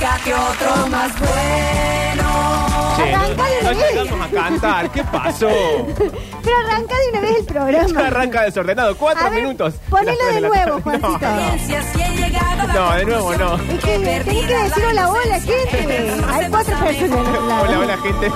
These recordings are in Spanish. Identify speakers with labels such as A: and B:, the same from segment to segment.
A: otro más bueno.
B: Che, no-
C: Arrancale,
B: no,
C: Luis.
B: llegamos a cantar. ¿Qué pasó?
C: Pero arranca de una vez el programa.
B: Arranca desordenado. Cuatro
C: A ver,
B: minutos.
C: ponelo
B: Las tres
C: de
B: la
C: nuevo,
B: tarde. No.
C: Juancito.
A: Experiencias y he llegado a la
B: No, de nuevo no.
A: conclusión
C: Es que tenés que
A: perdida
C: decir
A: la
C: hola, hola,
A: inocencia
C: gente.
A: es
C: Hay cuatro
A: hermosa
C: personas
A: mejor
C: al lado.
B: Hola, hola, gente.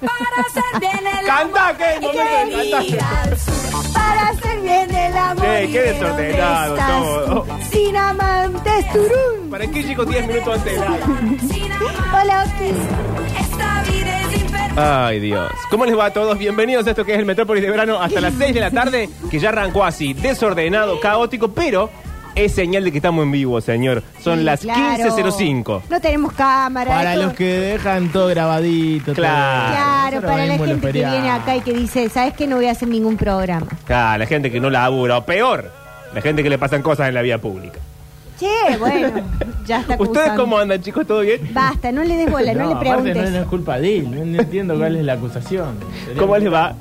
A: Para hacer bien el
B: Canta,
A: amor
B: que es
A: y
B: momento de
A: querida
B: cantar.
A: al sur.
C: Para hacer bien el amor.
B: Che,
C: y
B: qué
C: de dónde
B: desordenado
C: estás
B: todo. Oh.
C: tú. Sin amantes, turún.
B: ¿Para qué llego 10 minutos antes del aire?
A: Sin amar,
C: Hola, Otis.
A: Esta vida es imperfecta.
B: Ay, Dios. ¿Cómo les va a todos? Bienvenidos a esto que es el Metrópolis de Verano hasta las 6 de la tarde, que ya arrancó así, desordenado, caótico, pero es señal de que estamos en vivo, señor. Son
C: Sí,
B: las
C: claro.
B: 15.05.
C: No tenemos cámara.
D: Para
C: esto-
D: los que dejan todo grabadito.
B: Claro.
C: Claro, para la gente que viene acá y
D: y...
C: que dice, ¿sabes que no voy a hacer ningún programa?
B: Ah, la gente que no labura, o peor, la gente que le pasan cosas en la vía pública.
C: Che, bueno, ya está
B: ¿Ustedes
C: acusando.
B: cómo andan, chicos? ¿Todo bien?
C: Basta, no le des bola, no,
D: No,
C: le
D: aparte no,
C: preguntes.
D: no es culpa de él. No, no entiendo cuál es la acusación.
B: ¿Cómo les va?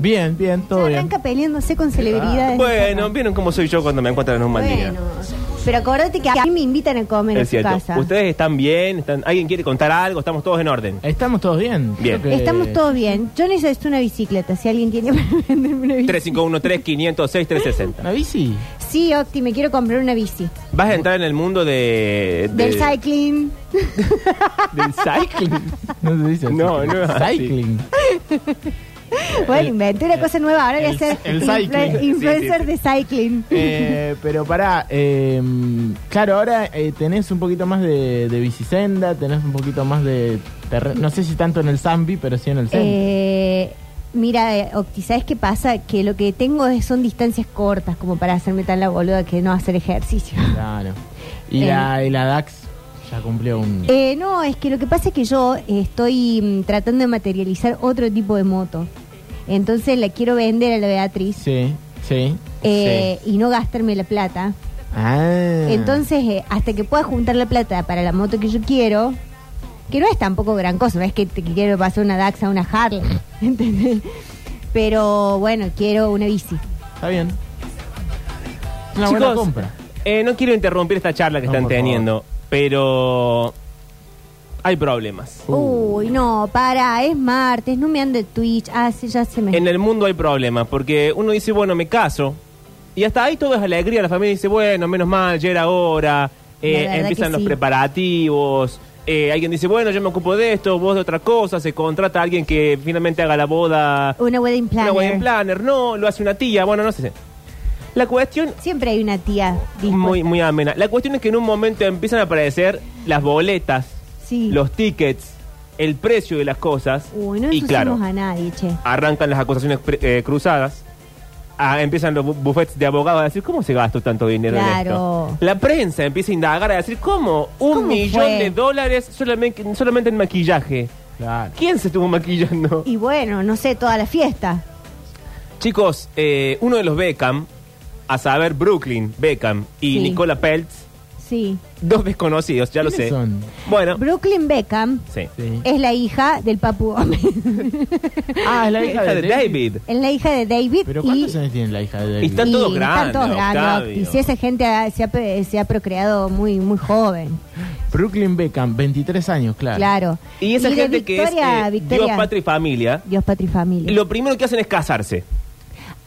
D: Bien, bien, todo bien.
C: Arranca peleándose con celebridades.
B: Bueno, vieron cómo soy yo cuando me encuentran en un mal día.
C: Bueno, pero acordate que a mí me invitan a comer
B: Es
C: en su
B: cierto.
C: casa.
B: ¿Ustedes están bien? ¿Están... ¿Alguien quiere contar algo? Estamos todos en orden.
D: ¿Estamos todos bien?
B: Bien.
D: Creo que-
C: Estamos todos bien. Yo necesito una bicicleta, si alguien tiene para venderme una bicicleta.
B: 351 3506 360
D: ¿Una bici?
C: Sí, Octi, me quiero comprar una bici.
B: ¿Vas a entrar en el mundo de...
C: Del
B: de-
C: cycling.
B: ¿Del cycling?
D: No se dice así.
B: No, no es así.
D: Cycling.
C: Bueno, inventé una cosa nueva. Ahora voy a
D: el-
C: ser
D: el
C: influ-
D: cycling.
C: influencer
B: Sí, sí,
C: de cycling.
D: Eh, pero pará, eh, claro, ahora eh, tenés un poquito más de, de bicisenda, tenés un poquito más de terreno, no sé si tanto en el Zambi, pero sí en el centro.
C: Eh, mira, eh, Octi, ¿sabes qué pasa? Que lo que tengo es- son distancias cortas, como para hacerme tan la boluda que no hacer ejercicio.
D: Claro. Y,
C: Eh.
D: la, y la DAX ya cumplió un...
C: Eh, no, es que lo que pasa es que yo eh, estoy mm, tratando de materializar otro tipo de moto. Entonces la quiero vender a la Beatriz
D: Sí, sí.
C: eh, y no gastarme la plata.
D: sí. Ah.
C: Entonces, eh, hasta que pueda juntar la plata para la moto que yo quiero, que no es tampoco gran cosa, no es que te quiero pasar una Dax a una Harley, ¿entendés? Pero bueno, quiero una bici.
D: Está bien. Una buena
B: Chicos,
D: compra.
B: eh, no quiero interrumpir esta charla que
D: No,
B: están
D: por favor.
B: teniendo, pero hay problemas.
D: Uh.
C: Uy, no, para, es martes, no me ande Twitch, ah, sí, ya se me...
B: En el mundo hay problemas, porque uno dice, bueno, me caso, y hasta ahí todo es alegría. La familia dice, bueno, menos mal, ya era hora, eh,
C: La verdad
B: empiezan
C: que
B: los
C: sí.
B: preparativos. eh, alguien dice, bueno, yo me ocupo de esto, vos de otra cosa, se contrata a alguien que finalmente haga la boda.
C: Una wedding planner.
B: Una wedding planner, no, lo hace una tía, bueno, no sé. La cuestión
C: Siempre hay una tía dispuesta.
B: muy, muy amena. La cuestión es que en un momento empiezan a aparecer las boletas,
C: Sí.
B: los tickets, el precio de las cosas.
C: Uy, no
B: y
C: ensuciamos
B: claro,
C: a nadie, che.
B: arrancan las acusaciones pre- eh, cruzadas. Ah, empiezan los bu- bufetes de abogados a decir, ¿cómo se gastó tanto dinero en
C: Claro.
B: esto? La prensa empieza a indagar, a decir, ¿cómo un
C: ¿Cómo
B: millón
C: fue?
B: de dólares solamente, solamente en maquillaje?
D: Claro.
B: ¿Quién se estuvo maquillando?
C: Y bueno, no sé, toda la fiesta.
B: Chicos, eh, uno de los Beckham, a saber, Brooklyn Beckham y
C: Sí.
B: Nicola Peltz,
C: Sí.
B: dos desconocidos, ya lo
D: ¿Quiénes
B: sé.
D: son?
B: Bueno,
C: Brooklyn Beckham
B: sí.
D: Sí.
C: es la hija del Papu Gómez.
D: Ah, es la hija
B: Hija de David.
C: es la hija de David.
D: ¿Pero
C: y,
D: cuántos años tiene la hija de David?
B: Y está- Están
C: y
B: todos grandes,
C: todos grandes,
B: Octavio.
C: Y si esa gente ha- se, ha, pe- se ha procreado muy muy joven.
D: Brooklyn Beckham, 23 años, claro.
C: Claro.
B: Y esa
C: de
B: gente que es
C: Victoria,
B: eh,
C: Victoria,
B: Dios, Patria y Familia,
C: Dios, patria y familia.
B: lo primero que hacen es casarse.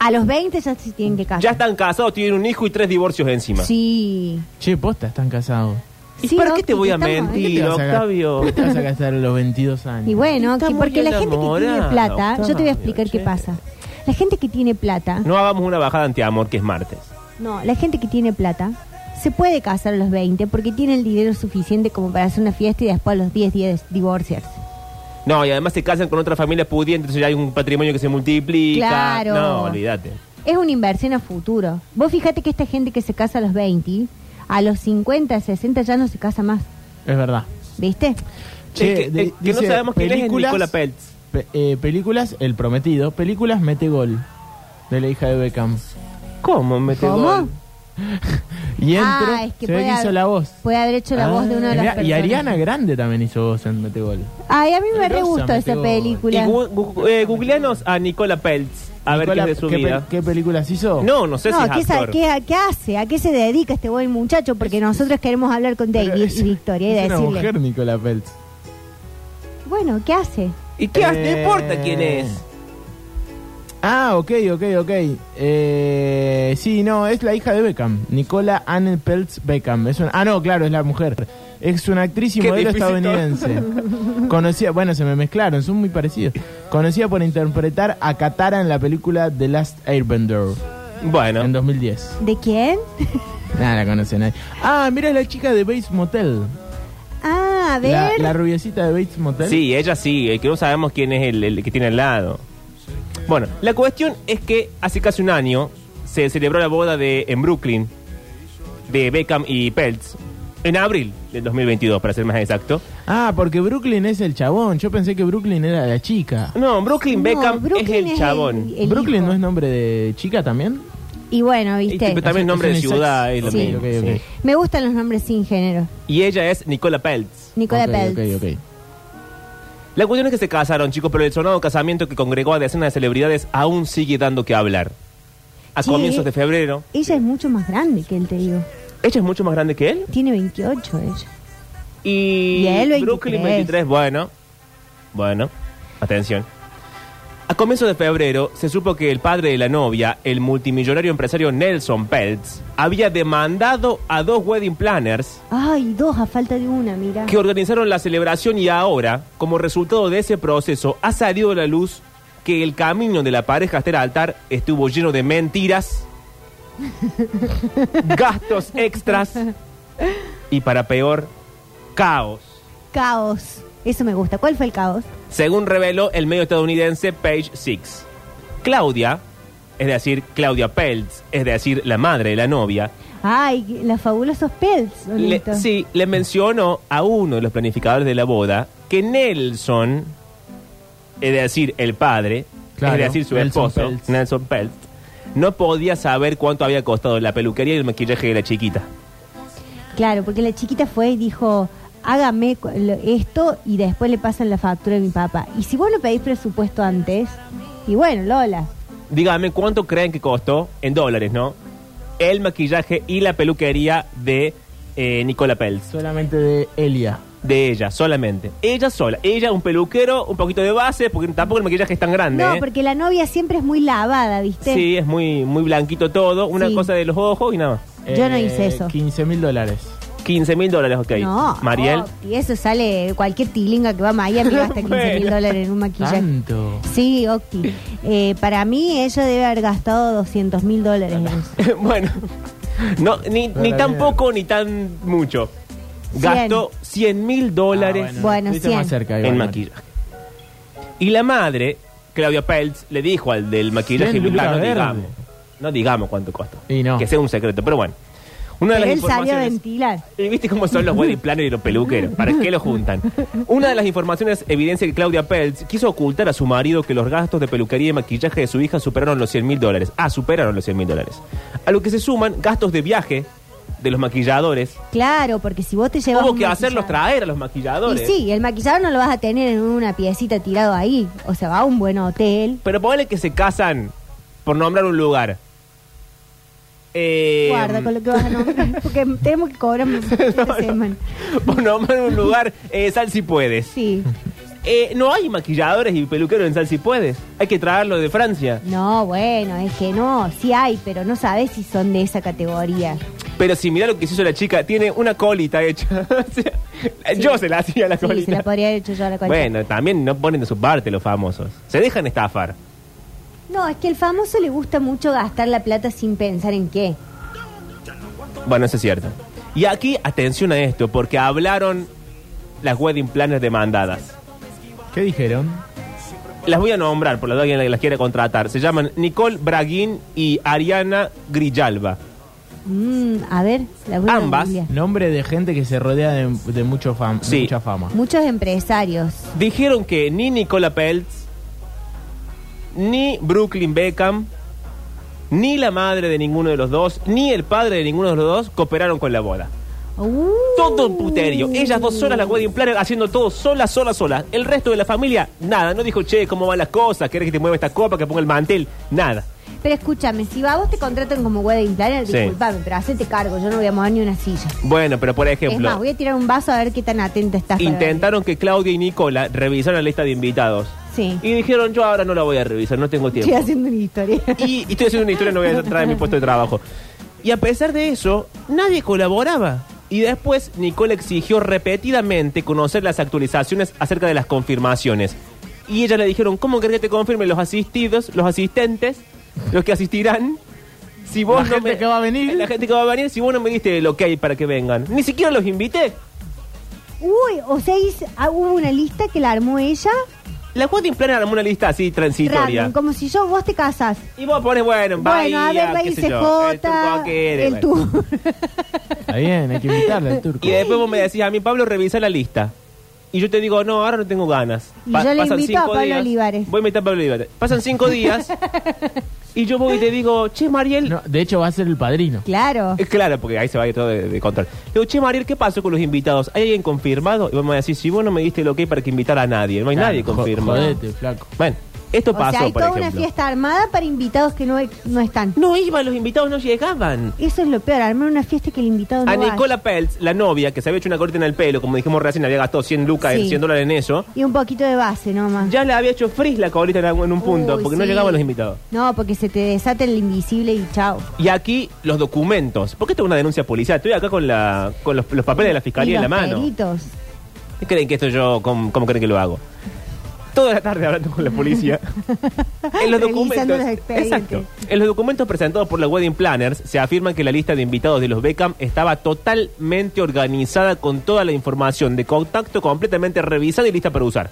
C: A los 20 ya se tienen que casar.
B: Ya están casados, tienen un hijo y tres divorcios encima.
C: Sí.
D: Che, posta, están casados.
B: ¿Y
C: Sí,
B: para qué
C: Octi,
B: te voy a
C: estamos-
B: mentir?
D: ¿Qué te vas a gastar?
B: Octavio.
D: ¿Qué te vas a gastar a los 22 años?
C: Y bueno,
B: Está
C: que-
B: muy
C: porque la gente que tiene
B: enamorada,
C: plata, yo te voy
B: Octavio,
C: a explicar
B: che.
C: qué pasa. La gente que tiene plata,
B: No hagamos una bajada anti-amor que es martes.
C: no, la gente que tiene plata se puede casar a los 20 porque tiene el dinero suficiente como para hacer una fiesta y después a los 10 días divorciarse.
B: No, y además se casan con otra familia pudiente, entonces ya hay un patrimonio que se multiplica.
C: Claro.
B: No, olvídate.
C: Es una inversión a futuro. Vos fíjate que esta gente que se casa a los 20, a los 50, 60 ya no se casa más,
D: Es verdad.
C: ¿viste?
B: Es que,
D: de-
B: es que no
D: dice,
B: sabemos quién es
D: películas-
B: Nicola Peltz.
D: Pe- eh, películas, El Prometido. Películas, Mete Gol. De la hija de Beckham.
B: ¿Cómo? Mete
C: ¿Cómo?
B: gol?
D: Y entro,
C: Ah, es que
D: se ve
C: puede
D: que hizo
C: haber-
D: la voz.
C: Puede haber hecho la voz de una de las
D: Mirá,
C: personas.
D: Y Ariana Grande también hizo voz en Metegol.
C: Ay, a mí me re
D: Rosa
C: gustó esa
B: Y
D: Metegol.
C: película.
B: gu- gu- eh, googleanos a Nicola Peltz, a ver qué
D: Nicola,
B: es de su
D: ¿qué pe-
B: vida.
D: ¿Qué películas hizo?
B: No, no sé
C: no,
B: si
C: ¿qué,
B: es
C: sa-
B: actor.
C: qué- qué hace? ¿A qué se dedica este buen muchacho? Porque nosotros queremos hablar con
D: Pero
C: David
D: es-
C: y Victoria y
D: es
C: decirle,
D: una mujer, Nicola Peltz.
C: bueno, ¿qué hace?
B: ¿Y qué hace? No
D: Eh,
B: importa quién es.
D: Ah, ok, ok, ok. Eh, sí, no, es la hija de Beckham, Nicola Anne Peltz Beckham. Es una- ah, no, claro, es la mujer. Es una actriz y
B: Qué
D: modelo
B: difícil
D: estadounidense. Conocida, bueno, se me mezclaron, son muy parecidos. Conocida por interpretar a Katara en la película The Last Airbender en
B: Bueno,
D: 2010.
C: ¿De quién?
D: Nada, la conoce nadie. Ah, mira la chica de Bates Motel.
C: Ah, a
D: La,
C: ver.
D: la rubiecita de Bates Motel.
B: sí, ella sí, el que no sabemos quién es el, el que tiene al lado. Bueno, la cuestión es que hace casi un año se celebró la boda de en Brooklyn de Beckham y Peltz. En abril del 2022, para ser más exacto.
D: Ah, porque Brooklyn es el chabón. Yo pensé que Brooklyn era la chica.
B: No,
C: No,
B: Brooklyn Beckham
C: Brooklyn
B: es el chabón.
C: el
D: ¿Brooklyn
C: hijo.
D: no es nombre de chica también?
C: Y bueno,
B: Y
C: viste.
B: tipo, también
D: Es-
B: nombre
D: es
B: de
D: unisex.
B: ciudad es lo
C: Sí.
B: mismo.
D: Ok, ok, ok.
B: sí.
C: Me gustan los nombres sin género.
B: Y ella es Nicola Peltz.
C: Nicola
D: Ok,
C: Peltz.
D: ok, ok.
B: La cuestión es que se casaron, chicos, pero el sonado casamiento que congregó a decenas de celebridades aún sigue dando que hablar. A
C: Sí. eh.
B: comienzos de febrero.
C: Ella es mucho más grande que él, te digo.
B: Ella es mucho más grande que él.
C: Tiene 28 ella.
B: Y,
C: Y él, 23.
B: Brooklyn 23, bueno. Bueno, atención. A comienzos de febrero se supo que el padre de la novia, el multimillonario empresario Nelson Peltz, había demandado a dos wedding planners
C: Ay, dos a falta de una, mira.
B: que organizaron la celebración y ahora, como resultado de ese proceso, ha salido a la luz que el camino de la pareja hasta el altar estuvo lleno de mentiras, gastos extras y para peor, caos.
C: Caos. Eso me gusta. ¿Cuál fue el caos?
B: Según reveló el medio estadounidense Page Six, Claudia, es decir, Claudia Peltz, es decir, la madre de la novia,
C: Ay, los fabulosos Peltz. ¿o no
B: Le-
C: esto?
B: sí, le mencionó a uno de los planificadores de la boda que Nelson, es decir, el padre,
D: Claro,
B: es decir, su
D: Nelson
B: esposo,
D: Peltz.
B: Nelson Peltz, no podía saber cuánto había costado la peluquería y el maquillaje de la chiquita.
C: Claro, porque la chiquita fue y dijo, hágame cu- lo- esto y después le pasan la factura de mi papá. Y si vos no pedís presupuesto antes, y bueno, Lola,
B: Dígame cuánto creen que costó en dólares, ¿no? El maquillaje y la peluquería de eh, Nicola Peltz,
D: Solamente de Elia.
B: de ella solamente. Ella sola, ella un peluquero, un poquito de base, porque tampoco el maquillaje es tan grande.
C: No,
B: ¿eh?
C: porque la novia siempre es muy lavada, ¿viste?
B: Sí, es muy, muy blanquito todo, una
C: Sí.
B: cosa de los ojos y nada más.
C: Yo no hice eso.
D: 15 Eh, mil dólares.
B: 15 mil dólares, ok.
C: No,
B: Mariel.
C: oh, y eso sale cualquier tilinga que va a Miami gasta 15 mil
B: Bueno.
C: dólares en un maquillaje.
D: Tanto.
C: Sí, Octi. Eh, para mí ella debe haber gastado 200 mil dólares en eso.
B: bueno, no, ni, ni
D: Para
B: tan
D: mí.
B: poco ni tan mucho.
C: Cien. Ah,
B: Gastó 100 mil dólares
C: bueno.
D: estuviste
C: 100.
D: Ah, más cerca,
B: en
D: igual.
B: maquillaje. Y la madre, Claudia Peltz, le dijo al del maquillaje y
D: Cien
B: Lucas, no
D: lucas
B: digamos,
D: verde.
B: no digamos cuánto costó.
D: Y no.
B: Que sea un secreto, pero bueno. Una
C: Pero
B: de las
C: él sabía
B: informaciones-
C: ventilar.
B: Y viste cómo son los wedding planners y los peluqueros. ¿Para qué los juntan? Una de las informaciones evidencia que Claudia Peltz quiso ocultar a su marido que los gastos de peluquería y maquillaje de su hija superaron los 100 mil dólares. Ah, superaron los 100 mil dólares. A lo que se suman gastos de viaje de los maquilladores.
C: Claro, porque si vos te llevas.
B: Hubo
C: un
B: que hacerlos
C: maquillador-
B: traer a los
C: Y
B: maquilladores.
C: sí, el maquillador no lo vas a tener en una piecita tirado ahí. O sea, va a un buen hotel.
B: Pero ponele que se casan por nombrar un lugar. Eh,
C: Guarda con lo que vas a nombrar. Porque tenemos que cobrar esta semana.
B: Por nombrar un lugar, eh, sal si puedes.
C: Sí.
B: Eh, no hay maquilladores y peluqueros en Sal si puedes. Hay que traerlo de Francia.
C: No, bueno, es que no. Sí hay, pero no sabes si son de esa categoría.
B: Pero si mirá lo que se hizo la chica, tiene una colita hecha. O sea, Yo se la hacía la
C: Sí, se
B: colita.
C: la podría haber hecho yo a la cualquiera.
B: bueno, también no ponen de su parte los famosos. Se dejan estafar.
C: No, es que el famoso le gusta mucho gastar la plata sin pensar en qué.
B: Bueno, eso es cierto. Y aquí, atención a esto, porque hablaron las wedding planners demandadas.
D: ¿Qué dijeron?
B: Las voy a nombrar por la duda que alguien las quiera contratar. Se llaman Nicole Braguín y Ariana Grillalba.
C: Mm, a ver, la voy a
B: Ambas.
C: googlear.
D: Nombre de gente que se rodea de, de mucho fam- de
B: Sí.
D: mucha fama.
C: Muchos empresarios.
B: Dijeron que ni Nicola Peltz, ni Brooklyn Beckham, Ni la madre de ninguno de los dos, ni el padre de ninguno de los dos cooperaron con la boda.
C: Uh,
B: Todo un puterio. Ellas dos solas, la wedding planner, haciendo todo solas, solas, solas. El resto de la familia, nada. No dijo, che, ¿cómo van las cosas? ¿Querés que te mueva esta copa, que ponga el mantel? Nada.
C: Pero escúchame, si va- a vos te contratan como wedding planner,
B: Sí.
C: disculpame, pero hacete cargo, yo no voy a mover ni una silla.
B: Bueno, pero por ejemplo...
C: Es más, voy a tirar un vaso a ver qué tan atenta estás. para
B: Intentaron que Claudia y Nicola revisaran la lista de invitados.
C: ver. Sí.
B: Y dijeron, yo ahora no la voy a revisar, no tengo
C: Estoy
B: tiempo.
C: haciendo una historia.
B: Y, y estoy haciendo una historia, no voy a entrar en mi puesto de trabajo. Y a pesar de eso, nadie colaboraba. Y después Nicola exigió repetidamente conocer las actualizaciones acerca de las confirmaciones. Y ellas le dijeron, ¿cómo querés que te confirmen los asistidos, los asistentes, los que asistirán? Si vos
D: La
B: no
D: gente
B: me-
D: que va a venir.
B: La gente que va a venir, si vos no me diste lo que hay para que vengan. Ni siquiera los invité.
C: Uy, o sea, hizo- ah, hubo una lista que la armó ella.
B: La wedding planner armó una lista así transitoria.
C: Random, como si yo, vos te casas.
B: Y vos pones, bueno,
C: Bueno, a ver,
B: Bahía,
C: va
B: qué sé yo, el Turco
C: J,
B: Aquere,
C: el
B: bueno.
C: tú.
D: Está bien, hay que invitarle al turco.
B: Y después vos me decís, a mí, Pablo, revisa la lista. Y yo te digo, no, ahora no tengo ganas.
C: Y yo le invito a Pablo Olivares.
B: Voy a invitar a Pablo Olivares. Pasan cinco días. y yo voy y te digo, che, Mariel.
D: No, de hecho, va a ser el padrino.
C: Claro.
B: Es claro, porque ahí se va a ir todo de, de control. Le digo, che, Mariel, ¿qué pasó con los invitados? ¿Hay alguien confirmado? Y vos me decís, si vos no me diste el ok para que invitara a nadie. No hay nadie
D: Jo-
B: confirmado.
D: Jodete, flaco.
B: Bueno, esto
C: O
B: pasó,
C: sea, hay
B: por
C: toda
B: ejemplo.
C: una fiesta armada para invitados que no, no están.
B: No iban, los invitados no llegaban.
C: Eso es lo peor, armar una fiesta que el invitado no
B: A
C: va.
B: Nicola Peltz, la novia, que se había hecho una corte en el pelo, como dijimos recién, había gastado 100 lucas,
C: Sí.
B: 100 dólares en eso,
C: Y un poquito de base nomás.
B: ya la había hecho frizz la cabrita en algún- en un punto,
C: Uy,
B: porque no
C: sí.
B: llegaban los invitados.
C: No, porque se te desata el invisible y chao.
B: Y aquí los documentos, porque esto es una denuncia policial, estoy acá con la con los, los papeles de la
C: y
B: fiscalía en
C: los
B: la mano.
C: peritos.
B: ¿Qué creen que esto yo, cómo, cómo creen que lo hago? Toda la tarde hablando con la policía. en los
C: Revisando
B: documentos.
C: los expedientes.
B: exacto. En los documentos presentados por la Wedding Planners se afirma que la lista de invitados de los Beckham estaba totalmente organizada con toda la información de contacto completamente revisada y lista para usar.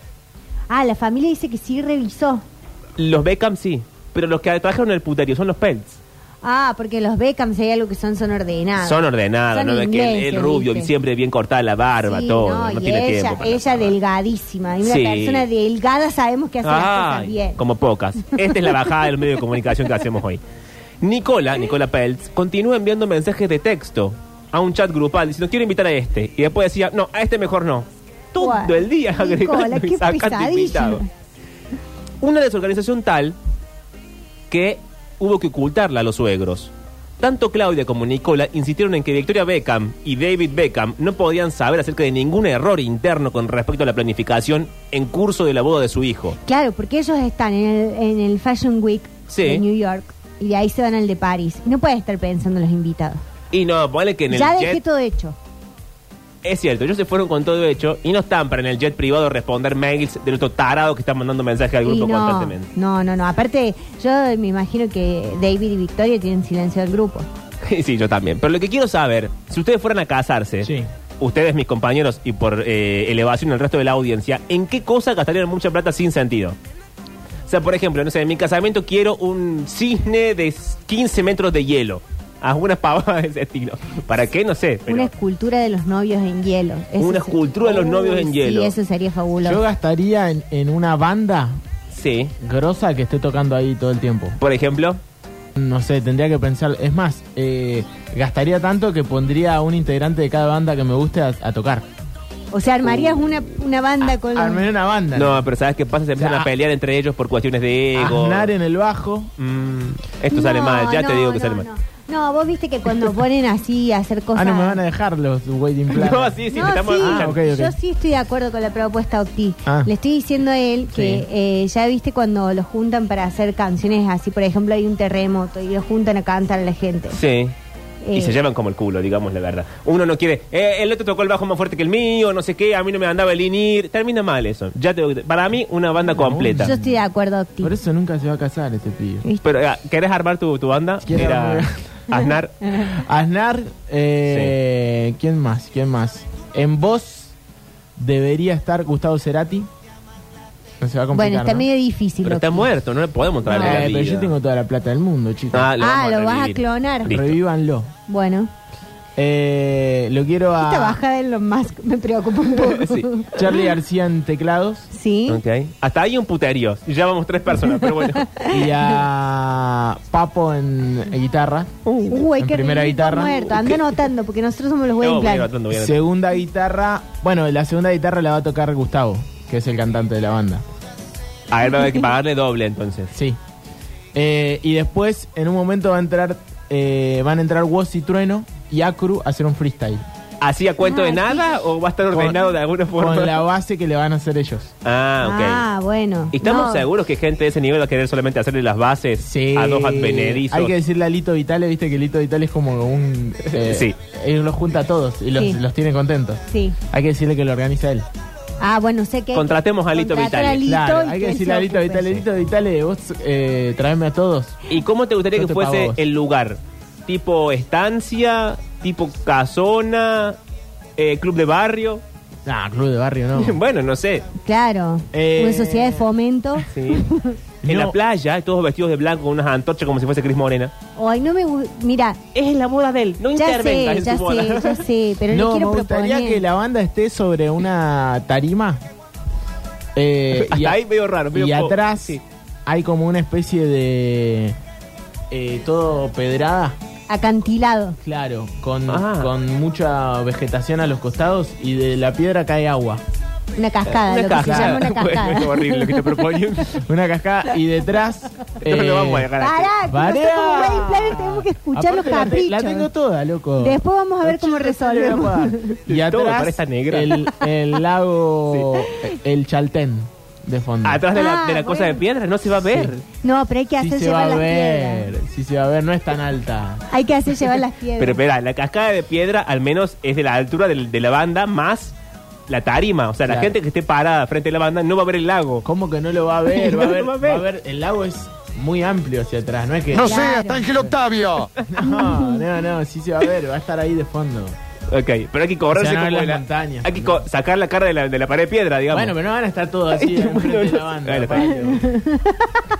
C: Ah, la familia dice que sí revisó.
B: Los Beckham sí, pero los que trajeron el puterio son los Peltz.
C: Ah, porque los Beckham, si hay algo que son, son ordenados.
B: Son ordenados,
C: Son
B: ¿no? Que el- el,
C: ingleses,
B: rubio
C: ¿viste?
B: y siempre bien cortada la barba,
C: Sí,
B: todo.
C: no,
B: No,
C: y
B: tiene
C: ella,
B: tiempo. para
C: ella
B: nada.
C: delgadísima. Y una
B: Sí.
C: persona delgada sabemos que hace las cosas
B: Ay,
C: bien.
B: Ah, Como pocas. Esta es la bajada del medio de comunicación que hacemos hoy. Nicola, Nicola Peltz, continúa enviando mensajes de texto a un chat grupal diciendo quiero invitar a este. Y después decía, no, a este mejor no. Todo
C: Guau,
B: el día
C: Nicola,
B: agregando y
C: qué
B: sacando
C: pesadilla.
B: invitados. Una desorganización tal que hubo que ocultarla a los suegros. Tanto Claudia como Nicola insistieron en que Victoria Beckham y David Beckham no podían saber acerca de ningún error interno con respecto a la planificación en curso de la boda de su hijo.
C: Claro, porque ellos están en el, en el Fashion Week
B: Sí.
C: de New York y de ahí se van al de París. No puede estar pensando en los invitados.
B: Y no, ponle que en el
C: Ya dejé
B: jet.
C: todo hecho.
B: Es cierto, ellos se fueron con todo hecho y no están para en el jet privado responder mails del otro tarado que está mandando mensajes al
C: Y
B: grupo
C: no,
B: constantemente.
C: no, no, no. Aparte, yo me imagino que David y Victoria tienen silencio del grupo.
B: sí, yo también. Pero lo que quiero saber, si ustedes fueran a casarse,
D: Sí.
B: ustedes, mis compañeros, y por eh, elevación el resto de la audiencia, ¿en qué cosa gastarían mucha plata sin sentido? O sea, por ejemplo, no sé, en mi casamiento quiero un cisne de 15 metros de hielo. Algunas pavadas de ese estilo. ¿Para qué? No sé. Pero...
C: Una escultura de los novios en hielo. Eso
B: Una
C: se-
B: escultura de los novios
C: Uy,
B: en hielo.
C: Sí, eso sería
D: Yo
C: fabuloso.
D: gastaría en, en una banda
B: Sí.
D: grosa que esté tocando ahí todo el tiempo.
B: Por ejemplo.
D: No sé, tendría que pensar. Es más, eh, gastaría tanto que pondría a un integrante de cada banda que me guste a, a tocar.
C: O sea, armarías una, una banda
D: Ah,
C: con... los-
D: Armar una banda.
B: No, pero ¿sabes qué pasa? Se empiezan
D: O sea,
B: a pelear entre ellos por cuestiones de ego.
D: Aznar en el bajo.
B: Mm, esto sale
C: No,
B: mal, ya te
C: no,
B: digo que
C: no,
B: sale mal.
C: No. No, vos viste que cuando ponen así a hacer cosas...
D: Ah, no me van a dejar los Waiting Plan.
B: No, sí, sí,
C: No,
B: estamos.
C: sí,
B: Ah,
D: ok, ok.
C: Yo sí estoy de acuerdo con la propuesta Octi.
D: Ah.
C: Le estoy diciendo a él que
D: Sí.
C: eh, ya viste cuando los juntan para hacer canciones así, por ejemplo, hay un terremoto y los juntan a cantar a la gente.
B: Sí. Y
C: Eh.
B: se llevan como el culo, digamos la verdad. Uno no quiere, eh, el otro tocó el bajo más fuerte que el mío, no sé qué, a mí no me andaba el inir. Termina mal eso. Ya te, para mí, una banda completa.
C: Yo estoy de acuerdo, Octi.
D: Por eso nunca se va a casar este pibe.
B: Pero, ah, ¿querés armar tu, tu banda?
D: Quiero
B: Era
D: armar.
B: Aznar.
D: Aznar, eh, ¿quién más? ¿Quién más? En voz debería estar Gustavo Cerati. No se va a complicar,
C: Bueno, está
D: ¿no?
C: medio difícil.
B: Pero está
C: Octi.
B: muerto, no le podemos traer
C: No,
B: la
D: Eh, pero
B: vida.
D: yo tengo toda la plata del mundo, chicos.
C: Ah,
B: vamos
C: lo vas a
B: revivir.
C: clonar.
B: Listo.
D: Revívanlo.
C: Bueno,
D: Eh, lo quiero a
C: Esta bajada de Elon Musk me preocupa un poco.
B: Sí.
D: Charlie García en teclados
C: ¿Sí?
B: Ok. Hasta ahí un puterío. Y ya vamos tres personas, pero bueno.
D: y a Papo en guitarra.
C: Uy,
D: Uh, en
C: qué
D: primera
C: rico
D: guitarra.
C: muerto. Anda anotando, porque nosotros somos los
B: No,
C: buen
B: voy
C: plan.
B: anotando, voy anotando.
D: Segunda guitarra, bueno, la segunda guitarra la va a tocar Gustavo, que es el cantante de la banda.
B: A él va a haber que pagarle doble entonces.
D: Sí. Eh, y después, en un momento va a entrar, eh, van a entrar Woz y Trueno y Acru a hacer un freestyle.
B: ¿Hacía cuento de
C: Ah,
B: nada o va a estar ordenado de alguna forma?
D: Con la base que le van a hacer ellos.
B: Ah, ok.
C: Ah, bueno.
B: ¿Y estamos
C: No.
B: seguros que gente de ese nivel va a querer solamente hacerle las bases
D: Sí.
B: a dos advenedizos?
D: Hay que decirle a Lito Vitale, viste que Lito Vitale es como un... eh,
B: Sí.
D: Él los junta a todos y los,
C: Sí.
D: los tiene contentos.
C: Sí.
D: Hay que decirle que lo organiza él.
C: Ah, bueno, sé que. hay que
B: Contratemos a Lito
C: contratar
B: Vitale.
C: a Lito
D: Claro,
C: y
D: hay que
C: él
D: decirle a
C: se
D: Lito
C: ocupe.
D: Vitale, Lito Vitale, vos eh, traeme a todos.
B: ¿Y cómo te gustaría
D: Yo
B: que
D: te pago a
B: fuese
D: vos.
B: el lugar? ¿Tipo estancia? ¿Tipo casona? Eh, ¿Club de barrio?
D: Ah, club de barrio, no.
B: Bueno, no sé.
C: Claro.
D: Eh,
C: Una sociedad de fomento.
B: Sí. en
D: No.
B: la playa, todos vestidos de blanco con unas antorchas como si fuese Cris Morena.
C: Ay, no me gu- Mira,
B: Es la boda de él. No
C: ya
B: intervenga
C: sé,
B: en
C: ya
B: su boda.
C: sé, ya sé. Pero le
D: no, me
C: quiero
D: gustaría
C: proponer.
D: que la banda esté sobre una tarima. eh,
B: Hasta
D: y, a-
B: ahí veo raro. veo
D: y
B: po-
D: atrás
B: sí.
D: hay como una especie de... eh, todo pedrada.
C: Acantilado.
D: Claro, con,
B: Ah.
D: con mucha vegetación a los costados y de la piedra cae agua.
C: Una cascada,
B: Una
C: lo que se
B: cascada.
C: llama una cascada.
B: Bueno, es horrible lo que te proponen.
D: Una cascada y detrás...
B: No
D: eh,
B: lo vamos a dejar aquí.
C: Pará, que nosotros como
D: ¡Varea!
C: Wedding Planner tenemos que escuchar
D: Aparte,
C: los
D: la te-
C: caprichos.
D: La, tengo toda, loco.
C: Después vamos a ver cómo resolvemos.
D: Y
B: Todo
D: atrás,
B: para esta negra.
D: El, el lago, el Chaltén, de fondo.
B: Atrás de la,
C: Ah,
B: de la cosa de
C: bueno.
B: piedra no se va a ver.
C: No, pero hay que hacer
D: Sí se
C: llevar
D: va a
C: las
D: ver,
C: piedras.
D: sí se va a ver, no es tan alta.
C: Hay que hacer llevar las piedras.
B: Pero espera, la cascada de piedra al menos es de la altura del- de la banda más la tarima. O sea, la
D: Claro.
B: gente que esté parada frente a la banda no va a ver el lago.
D: ¿Cómo que no lo va a ver? Va a
B: No
D: ver,
B: lo va a ver.
D: va a ver- el lago es muy amplio hacia atrás, no es que...
E: No
D: No,
C: sé,
E: sé,
C: hasta
E: hasta Ángel Octavio.
D: no, no, sí se va a ver, va a estar ahí de fondo.
B: Ok, pero hay que cobrarse
D: O sea, no en
B: como
D: las
B: la-
D: montañas,
B: Hay que
D: no.
B: co- sacar la cara de la, de la pared de piedra, digamos.
D: Bueno, pero no van a estar todos así enfrente de la banda.
B: Bueno, está bien.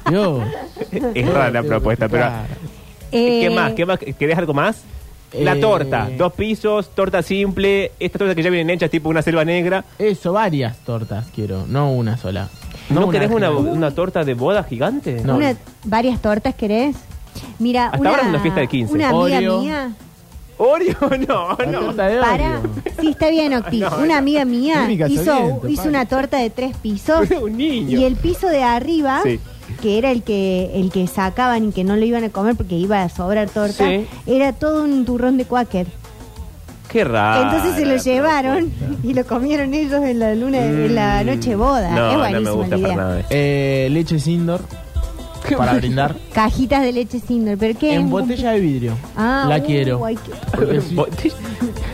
D: Pablo. Yo,
B: es rara la propuesta, pero...
C: Eh,
B: ¿Qué más? ¿Qué más? ¿Querés algo más? La
D: Eh,
B: torta, dos pisos, torta simple, estas tortas que ya vienen hechas tipo una selva negra.
D: Eso, varias tortas quiero, no una sola.
B: ¿No, querés una,
D: gigante.
B: una torta de boda gigante?
D: No.
C: una- varias tortas querés? Mira,
B: Hasta
C: una,
B: ahora es una fiesta de 15.
C: Una amiga
D: Oreo.
C: mía.
B: Oreo, no,
D: La
B: no.
D: torta de
C: Para.
D: Oreo.
C: Sí, está bien, Octi.
B: No,
C: una amiga mía
D: Única
C: hizo,
D: saliente,
C: hizo
D: Pablo.
C: una torta de tres pisos.
B: Era un niño.
C: Ah, Y el piso de arriba,
B: Sí.
C: que era el que, el que sacaban y que no lo iban a comer porque iba a sobrar torta,
B: Sí.
C: era todo un turrón de cuáquer.
B: Qué raro.
C: Entonces se lo llevaron y lo comieron ellos en la luna, en Eh, la noche boda.
B: Mm. No,
C: es
B: no
C: buenísima
B: me gusta
C: la idea.
B: para nada esto.
D: Eh, leche Sindor para brindar.
C: Cajitas de leche Cinder, pero qué
D: En botella de vidrio.
C: Ah,
D: la
C: uy,
D: quiero.
C: ay, qué-
D: Porque sí,
B: Botella-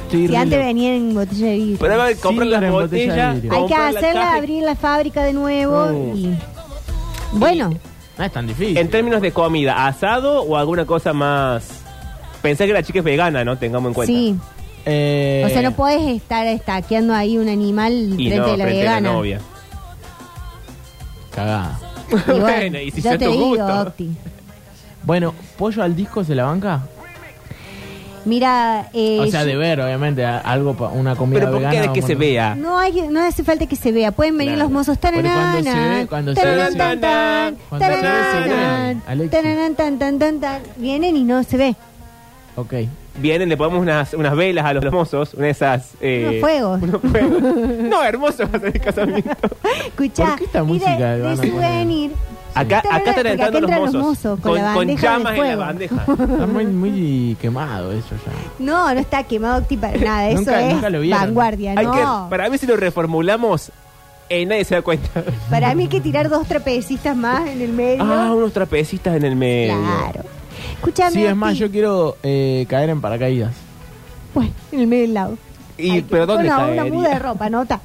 D: estoy
C: Si
D: re
C: antes
D: loco.
C: venían en botella de vidrio.
B: Pero a ver, comprar
D: Silver
B: las
D: en botella de
B: botellas.
D: vidrio.
C: Hay que
B: comprar la
C: hacerla,
B: caja y-
C: abrir la fábrica de nuevo
B: Mm.
C: y... Bueno,
D: No es tan difícil.
B: En términos de comida, ¿asado o alguna cosa más? Pensé que la chica es vegana, ¿no? Tengamos en cuenta.
C: sí.
D: Eh,
C: O sea, no podés estar estaqueando ahí un animal
B: Y
C: frente
B: no,
C: de la
B: frente a la
C: vegana.
B: novia.
D: Cagada.
C: Y bueno,
B: Bueno, y si
C: yo
B: sea
C: te
B: tu
C: digo,
B: gusto.
C: Octi.
D: Bueno, ¿pollo al disco se la banca?
C: Mira, eh,
D: o sea,
C: yo-
D: de ver, obviamente, a- algo pa- una comida
B: Pero ¿por
D: vegana.
B: qué de que
D: vamos
B: se
D: a-
B: vea?
C: No, hay, no hace falta que se vea. Pueden venir
B: Claro.
C: los mozos.
D: Porque cuando
C: Tararán,
D: se ve- cuando se ve,
C: tararán,
D: se-
C: tan, tan,
D: cuando se ve, se
C: tararán,
D: ve, Alexis.
C: tararán, tan, tan, tan, tan. Vienen y no se ve.
D: Ok.
B: Vienen, le ponemos unas, unas velas a los mozos, una de esas. eh,
C: Unos fuegos.
B: unos fuegos. no, hermoso va a ser el casamiento.
C: Escuchá.
D: ¿Por qué esta
C: y
D: música
C: de,
D: le van
C: de
D: a poner?
C: souvenir.
B: Acá,
C: Tararán,
B: acá están
C: porque
B: entrando los
C: entran
B: mozos.
C: con, la bandeja de
B: llamas en la
C: fuego.
B: bandeja.
D: Está muy, muy quemado eso ya.
C: No, no está quemado Octi para nada. Eso
D: Nunca-
C: es
D: nunca lo vieron.
C: vanguardia.
B: Hay
C: no.
B: que- para mí, si lo reformulamos, eh, nadie se da cuenta.
C: Para mí hay que tirar dos trapecistas más en el medio.
B: Ah, unos trapecistas en el medio.
C: claro. Escuchame.
D: Sí, es más,
C: Octi.
D: yo quiero eh, caer en paracaídas.
C: Bueno, en el medio del lago.
B: ¿Y
C: Hay que-
B: pero dónde
C: bueno,
B: caería?
C: una muda de ropa, nota.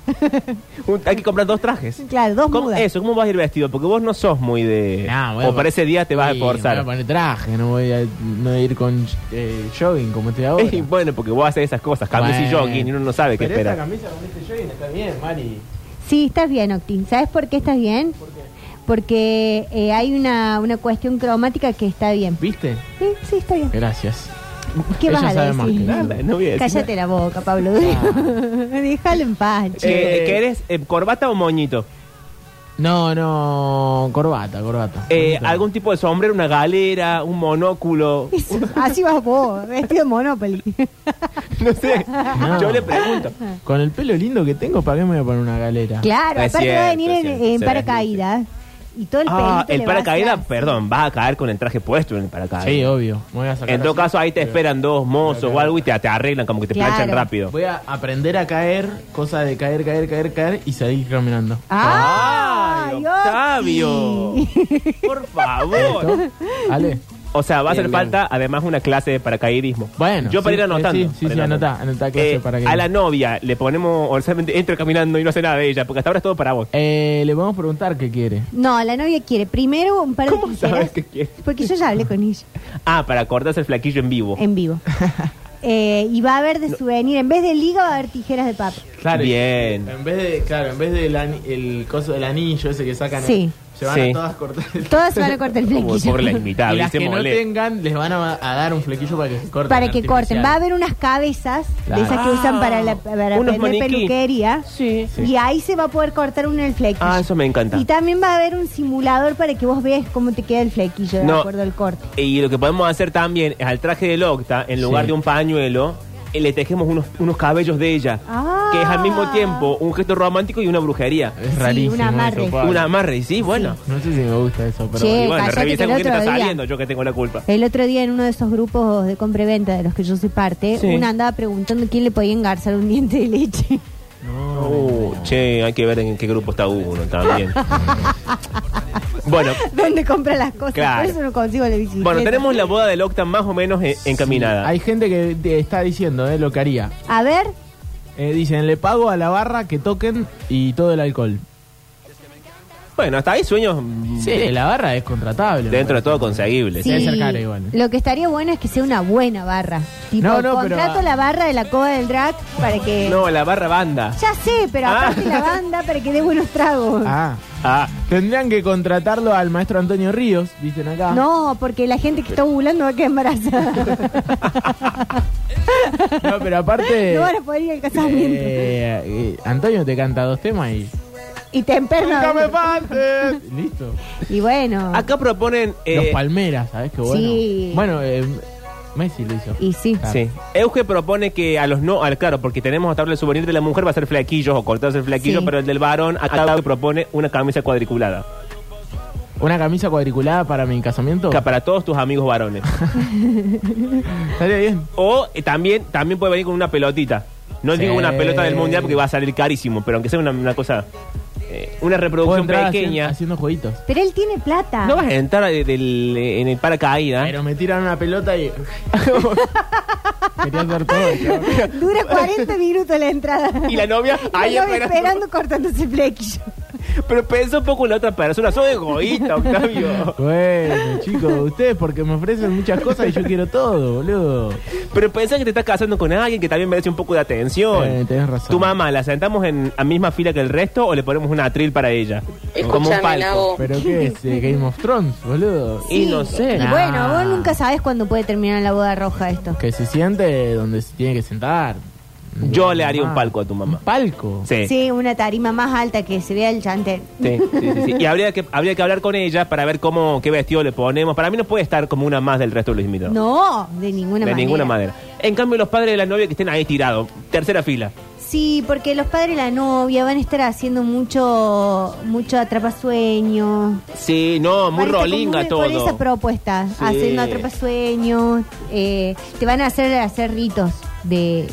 B: Un- hay que comprar dos trajes.
C: claro, dos
B: ¿Cómo,
C: mudas.
B: eso, ¿cómo vas a ir vestido? Porque vos no sos muy de...
D: Nah, voy a
B: o para
D: pon-
B: ese día te vas a
D: Ah, Sí,
B: esforzar.
D: me Voy a poner traje, no voy a, no voy a ir con eh, jogging como estoy ahora.
B: Y bueno, porque vos haces esas cosas, camisa y
D: Bueno.
B: jogging, y uno no sabe qué
D: Pero esta
B: espera.
D: camisa con este jogging está bien, Mari.
C: Sí, estás bien, Octin. ¿Sabes por qué estás bien? Porque eh, hay una, una cuestión cromática que está bien.
D: ¿Viste?
C: Sí, sí, está bien.
D: Gracias.
C: ¿Qué
D: Ella
C: vas a
D: sabe más que
C: decir?
D: nada.
B: Nada, no voy a decir
C: Cállate la boca, Pablo Duro. Déjalo en paz,
B: nada.
C: che.
B: Ah. Eh, ¿Querés eh, corbata o moñito?
D: No, no, corbata, corbata.
B: Eh,
D: Corbata.
B: ¿Algún tipo de sombrero, una galera, un monóculo?
C: Eso, Así vas vos, vestido de Monopoly.
B: Ah, No sé.
D: No.
B: Yo le pregunto.
D: Con el pelo lindo que tengo, ¿para qué me voy a poner una galera?
C: Claro,
B: Es
C: aparte va a
B: cierto,
C: venir en,
B: es cierto,
C: en
B: se
C: paracaídas. Y todo el
B: Ah,
C: pelito
B: el
C: le va a
B: paracaídas,
C: hacer-
B: perdón, vas a caer con el traje puesto en el paracaídas.
D: Sí, obvio. Me voy a sacar
B: En todo
D: así.
B: caso, ahí te esperan dos mozos o algo y te, te arreglan, como que te
C: Claro.
B: planchan rápido.
D: Voy a aprender a caer, cosa de caer, caer, caer, caer y seguir caminando.
C: ¡Ah!
B: ¡Ay,
C: Octi!
B: Octavio! Por favor.
D: ¿Listo? ¿Ale?
B: O sea, va a
D: Bien,
B: hacer
D: bien.
B: falta además una clase de paracaidismo.
D: Bueno,
B: Yo para
D: sí,
B: ir anotando.
D: eh, sí, sí,
B: para
D: sí,
B: ir anotando. Eh,
D: anotá, anotá clase de paracaidismo.
B: A la novia le ponemos, o sea, entra caminando y no hace nada de ella, porque hasta ahora es todo para vos.
D: Eh, le podemos preguntar qué quiere.
C: No, la novia quiere primero un par de
B: ¿Cómo
C: tijeras.
B: sabes qué quiere?
C: Porque yo ya hablé con ella
B: Ah, para cortarse el flaquillo en vivo.
C: en vivo. Eh, y va a haber de souvenir, en vez de liga va a haber tijeras de papel.
D: Claro,
B: Bien.
D: En vez de, claro, en vez del ani- el coso del anillo ese que sacan, eh,
C: Sí.
D: se van
B: Sí.
D: a todas cortar el
C: Todas se van a cortar el
B: Uy,
C: flequillo.
B: pobre la invitada,
D: y las
B: ¿viste?
D: que no
B: Mole.
D: tengan, les van a, a dar un flequillo para que corten.
C: Para que corten.
D: artificial.
C: Va a haber unas cabezas
D: Claro.
C: de esas que usan para la para
B: Unos
C: vender
B: maniquí.
C: peluquería.
D: Sí.
C: Y ahí se va a poder cortar uno el flequillo.
B: Ah, eso me encanta.
C: Y también va a haber un simulador para que vos veas cómo te queda el flequillo de
B: No.
C: acuerdo al corte.
B: Y lo que podemos hacer también es al traje del Octa, en lugar
D: Sí.
B: de un pañuelo, eh, le tejemos unos, unos cabellos de ella.
C: Ah.
B: Que es al mismo tiempo un gesto romántico y una brujería.
D: Es
C: Sí,
D: rarísimo.
C: un amarre.
D: eso, Pablo.
B: Un amarre, y sí, bueno.
D: No sé si me gusta eso, pero.
C: Sí.
B: Y bueno,
C: cállate que
B: revisa
C: el
B: con quién
C: otro
B: está
C: día-
B: saliendo, yo que tengo la culpa.
C: El otro día en uno de esos grupos de compra-venta de los que yo soy parte,
B: Sí.
C: una andaba preguntando quién le podía engarzar un diente de leche.
B: Oh, che, hay que ver en qué grupo está uno también. bueno,
C: ¿Dónde compra las cosas?
B: Claro.
C: Por eso no consigo la bicicleta.
B: bueno, tenemos la boda del Octa más o menos eh, encaminada.
D: Hay gente que te está diciendo eh, lo que haría.
C: A ver,
D: Eh, dicen, le pago a la barra que toquen y todo el alcohol.
B: Bueno, hasta ahí sueños mm,
D: Sí, Eh, la barra es contratable.
B: dentro de todo conseguibles.
D: Sí. Debe ser
C: si-
D: cara igual.
B: ¿eh?
C: lo que estaría bueno es que sea una buena barra. Tipo,
D: No, no, pero-
C: contrato la barra de la coba del drag para que...
B: No, la barra banda.
C: Ya sé, pero
B: Ah.
C: aparte la banda para que dé buenos tragos.
D: Ah,
B: Ah,
D: tendrían que contratarlo al maestro Antonio Ríos, dicen acá.
C: No, porque la gente que está ovulando va a quedar embarazada.
D: No, pero aparte.
C: no van a poder ir al casamiento.
D: eh, eh, Antonio te canta dos temas y.
C: y te
D: ¡Nunca me
C: emperna.
D: faltes! Listo.
C: Y bueno.
B: acá proponen... eh,
D: Los Palmeras, ¿sabes qué bueno?
C: Sí.
D: Bueno, eh, Messi lo hizo.
C: Y sí.
B: Sí. Euge propone que a los no, al claro, porque tenemos hasta ahora el souvenir de la mujer va a ser flaquillos o cortarse el flaquillo,
C: Sí.
B: pero el del varón acá Euge propone una camisa cuadriculada.
D: Una camisa cuadriculada para mi casamiento.
B: Acá para todos tus amigos varones.
D: Estaría bien.
B: o eh, también, también puede venir con una pelotita. No
D: Sí.
B: digo una pelota del mundial porque va a salir carísimo, pero aunque sea una, una cosa, eh, una
D: Puedo
B: reproducción
D: entrar
B: pequeña.
D: haciendo, haciendo jueguitos.
C: Pero él tiene plata.
B: No vas a entrar de- del- eh, en el paracaídas.
D: Pero me tiran una pelota y. Quería hacer todo. ¿no?
C: Dura 40 minutos la entrada.
B: Y la novia ahí
C: La novia
B: esperando.
C: esperando cortándose el flequillo.
B: Pero pensó un poco en la otra persona. Soy egoísta, Octavio.
D: Bueno, chicos, ustedes porque me ofrecen muchas cosas y yo quiero todo, boludo.
B: Pero pensá que te estás casando con alguien que también merece un poco de atención.
D: Eh, tenés razón.
B: Tu mamá, ¿la sentamos en la misma fila que el resto o le ponemos una atril para ella? Como un
E: Escúchame,
B: palco.
E: Nabo.
D: ¿Pero qué es? eh, Game of Thrones, boludo.
B: Y no sé. Ah.
C: Y
D: Nah.
C: bueno, vos nunca sabés cuándo puede terminar la boda roja esto.
D: Que se siente donde se tiene que sentar.
B: Yo le haría un
D: Ah.
B: palco a tu
D: ¿Un
B: mamá.
D: palco?
B: Sí. Sí,
C: Sí, una tarima más alta que se vea el chante.
B: sí, sí, sí. Y habría que, habría que hablar con ella para ver cómo, qué vestido le ponemos. Para mí no puede estar como una más del resto de los invitados.
C: No, de ninguna
B: de
C: manera.
B: ninguna manera. En cambio, los padres de la novia que estén ahí tirados, tercera fila.
C: Sí, porque los padres de la novia van a estar haciendo mucho mucho atrapasueños.
B: Sí, no,
C: Van a
B: muy
C: estar
B: rolinga
C: con- Con esa
B: todo.
C: propuesta,
B: Sí.
C: haciendo atrapasueños, eh, te van a hacer hacer ritos de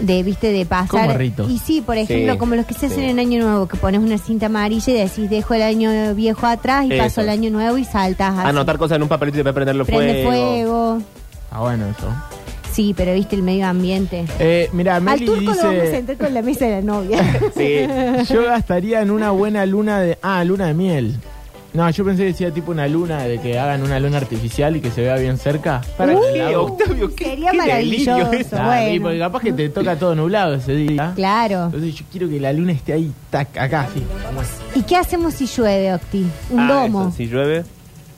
C: de viste de pasar
D: ¿Cómo ritos?
C: y sí por ejemplo
B: Sí,
C: como los que se hacen
B: sí.
C: en año nuevo que pones una cinta amarilla y decís dejo el año viejo atrás y
B: Eso
C: paso el
B: es.
C: año nuevo y saltas así.
B: Anotar cosas en un papelito y después prenderlo
C: prende fuego.
D: Ah, bueno, eso.
C: sí pero viste el medio ambiente
D: Eh, mira,
C: al
D: Meli
C: turco lo vamos a
D: dice,
C: sentar con la mesa de la novia
B: Sí.
D: yo gastaría en una buena luna de... Ah, luna de miel. No, yo pensé que decía tipo una luna, de que hagan una luna artificial y que se vea bien cerca.
B: ¿Para
C: Uh,
B: qué, Octavio? ¿Qué-
C: sería
B: qué delirio
C: maravilloso.
B: eso?
D: Ah,
C: Bueno.
D: sí, porque capaz que te toca todo nublado ese día.
C: claro
D: Entonces yo quiero que la luna esté ahí, tac, acá, sí.
C: y qué hacemos si llueve Octi un
B: Ah,
C: domo
B: eso, si llueve.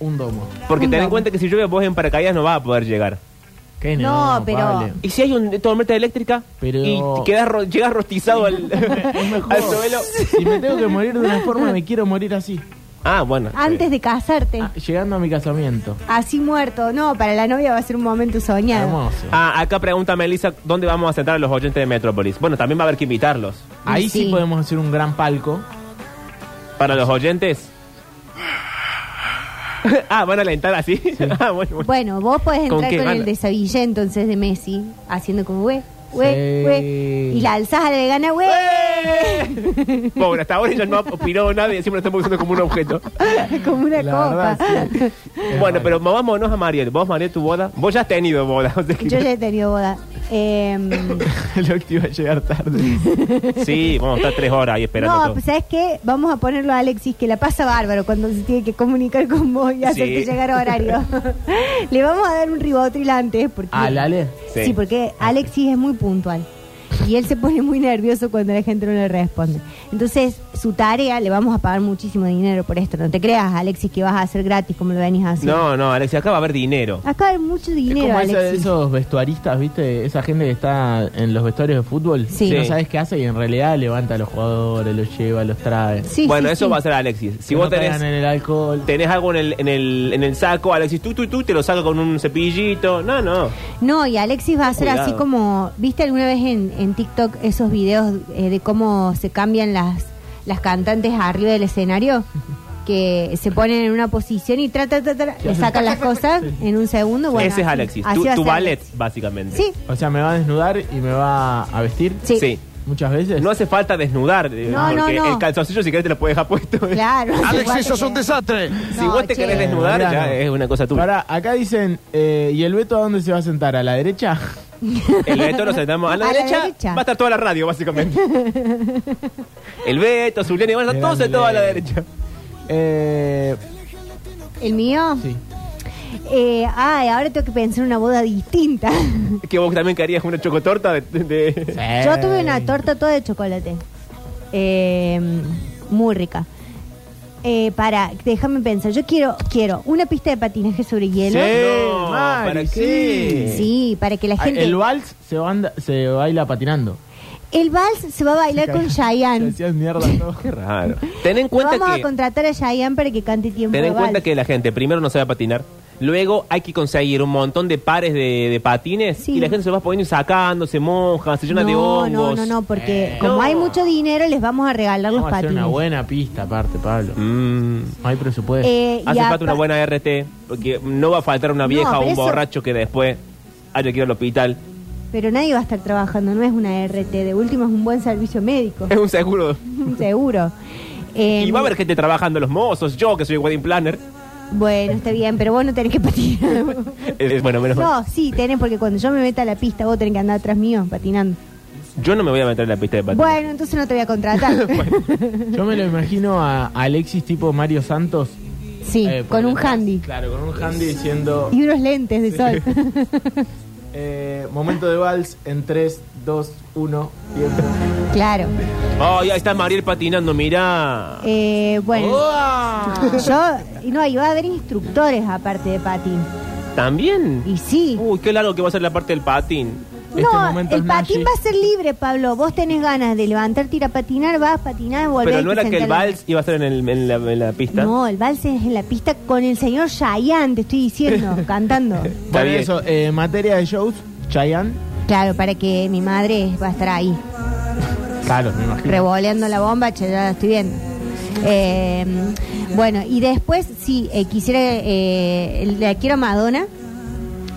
D: Un domo.
B: Porque
C: Un
B: ten en
C: domo.
B: cuenta que si llueve vos en paracaídas no vas a poder llegar.
D: Qué
C: No, pero-
D: Pablo.
B: ¿Y si hay un tormenta eléctrica?
D: Pero-
B: Y te quedas ro- llegas rostizado al, al suelo.
D: Si me tengo que morir de una forma, me quiero morir así.
B: Ah, bueno.
C: Antes de casarte.
D: Ah, llegando a mi casamiento.
C: Así muerto. No, para la novia va a ser un momento soñado.
D: Hermoso.
B: Ah, acá pregunta Melissa, ¿dónde vamos a sentar a los oyentes de Metrópolis? Bueno, también va a haber que invitarlos.
D: Ahí sí.
C: Sí.
D: podemos hacer un gran palco.
B: Para los oyentes. ah, van a alentar así. ah, bueno, bueno.
C: Bueno, vos podés
B: ¿Con
C: entrar
B: qué
C: con,
B: banda?
C: el de Sevilla entonces de Messi, haciendo como güey,
D: Sí.
C: güey, güey. Y la alzás a la vegana, güey.
B: ¡Eh! Pobre, hasta ahora ya no opinó nadie, siempre lo estamos usando como un objeto.
C: como una
D: La
C: copa.
D: verdad, sí. Es
B: Bueno,
D: raro.
B: pero vámonos a Mariel. ¿Vos, Mariel, tu boda? Vos ya has tenido boda. o sea que-
C: Yo ya he tenido boda. Em,
D: Lo que iba a llegar tarde.
B: Sí, vamos a estar tres horas ahí esperando.
C: no,
B: todo.
C: pues ¿sabes qué? Vamos a ponerlo a Alexis, que la pasa bárbaro cuando se tiene que comunicar con vos y hacerte
B: Sí.
C: llegar a horario. Le vamos a dar un ribotril antes. Porque,
D: ¿A Lale?
B: Ah, Sí.
C: Sí. porque Alexis es muy puntual. Y él se pone muy nervioso cuando la gente no le responde. Entonces, su tarea le vamos a pagar muchísimo dinero por esto. No te creas, Alexis, que vas a hacer gratis como lo venís haciendo.
B: No, no, Alexia, acá va a haber dinero.
C: Acá hay mucho dinero,
D: es como esa-
C: Alexis.
D: esos vestuaristas, ¿viste? Esa gente que está en los vestuarios de fútbol.
C: Sí.
D: Que No
B: Sí.
D: sabes qué hace y en realidad levanta a los jugadores, los lleva, los trae.
C: Sí,
B: bueno,
C: sí,
B: eso
C: sí.
B: va a ser Alexis. Si
D: Que
B: vos
D: no
B: tenés,
D: caigan en el alcohol.
B: tenés algo en el, en, el, en el saco, Alexis, tú, tú, tú, te lo saca con un cepillito. No, no.
C: No, y Alexis va a hacer
B: Cuidado.
C: así como, ¿viste alguna vez en, en TikTok esos videos eh, de cómo se cambian las, las cantantes arriba del escenario? Que se ponen en una posición y tra, tra, tra, tra, le sacan las cosas en un segundo. Bueno,
B: Ese es
C: así-
B: Alexis.
C: así
B: Tu,
C: va a
B: tu
C: ser
B: ballet,
C: Alexis.
B: básicamente.
C: Sí,
D: O sea, me va a desnudar y me va a vestir
C: sí.
B: Sí.
D: muchas veces.
B: No hace falta desnudar, eh,
C: No, no,
B: porque
C: no.
B: el calzoncillo si querés te lo puedes dejar puesto.
C: Claro.
E: Alexis, sos un desastre.
B: Si vos te querés
C: desnudar.
B: desnudar,
D: Mirá,
B: ya
D: no.
B: es una cosa tuya.
D: Eh, Ahora, acá dicen, eh, ¿y el Beto a dónde se va a sentar? ¿A la derecha?
B: El Beto nos sentamos a la,
C: A la
B: derecha,
C: derecha.
B: va a estar toda la radio, básicamente. El Beto, Zuliani, van a estar todos
D: Grande.
B: sentados a la derecha.
D: Eh,
C: El mío.
D: sí.
C: Eh, ay, ahora tengo que pensar una boda distinta.
B: Que vos también querías una chocotorta de... de-
C: Yo tuve una torta toda de chocolate. Eh, muy rica. Eh, para, déjame pensar. Yo quiero quiero una pista de patinaje sobre hielo.
B: No,
D: Mari,
B: ¿para
D: sí.
B: qué?
C: Sí, para que la
D: Ah,
C: gente.
D: El vals se, banda- se baila patinando.
C: El vals se va a bailar con
D: Se
C: Cheyenne.
D: hacían mierda todo.
B: Qué raro. Ten en cuenta
C: Vamos a
B: que...
C: contratar a Cheyenne para que cante tiempo.
B: Ten
C: de
B: en cuenta
C: vals.
B: que la gente primero no sabe patinar, luego hay que conseguir un montón de pares de, de patines
C: Sí.
B: y la gente se va poniendo y sacando, se moja, se llena de
C: no, no,
B: hongos.
C: no, no, porque
D: Eh,
C: como
B: no.
C: hay mucho dinero, les vamos a regalar los
D: Vamos a hacer
C: patines.
D: una buena pista aparte, Pablo.
B: Mm.
D: No hay presupuesto.
C: Eh, y
B: Hace falta
C: apa-
B: una buena RT, porque no va a faltar una vieja
C: No,
B: o un
C: pero eso-
B: borracho que después haya que ir al hospital.
C: Pero nadie va a estar trabajando, no es una RT. De último es un buen servicio médico,
B: Es un seguro.
C: seguro. Eh,
B: y va a haber gente trabajando, los mozos, yo que soy wedding planner.
C: Bueno, está bien, pero vos no tenés que patinar.
B: Eh, bueno, menos mal.
C: no, sí, tenés, porque cuando yo me meta a la pista, vos tenés que andar atrás mío patinando.
B: Yo no me voy a meter en la pista de patines.
C: Bueno, entonces no te voy a contratar.
D: Yo me lo imagino a Alexis tipo Mario Santos.
C: sí,
D: eh,
C: con
D: por
C: un
D: detrás.
C: handy.
D: Claro, con un handy diciendo...
C: Y unos lentes de sol.
D: eh, momento de vals en 3, 2, 1.
C: claro.
B: Ay, ahí está Mariel patinando, mirá.
C: Eh, bueno,
B: Oh.
C: yo. y No, y va a haber instructores aparte de patín.
B: ¿También?
C: Y sí.
B: Uy, qué largo que va a ser la parte del patín.
D: Este
C: no,
D: momento
C: el
D: es
C: patín
D: Nashi.
C: va a ser libre, Pablo. Vos tenés ganas de levantarte, ir a patinar, vas, patinar, volver.
B: Pero no era que el vals iba a estar en, el- en la, en la pista.
C: No, el vals es en la pista con el señor Chayanne, te estoy diciendo, cantando.
D: Bueno,
B: bien.
D: eso, eh, materia de shows, Chayanne.
C: Claro, para que mi madre va a estar ahí,
D: Claro, me imagino.
C: revoleando la bomba, che, ya la estoy viendo. Eh, bueno, y después, sí, eh, quisiera, eh, le quiero a Madonna.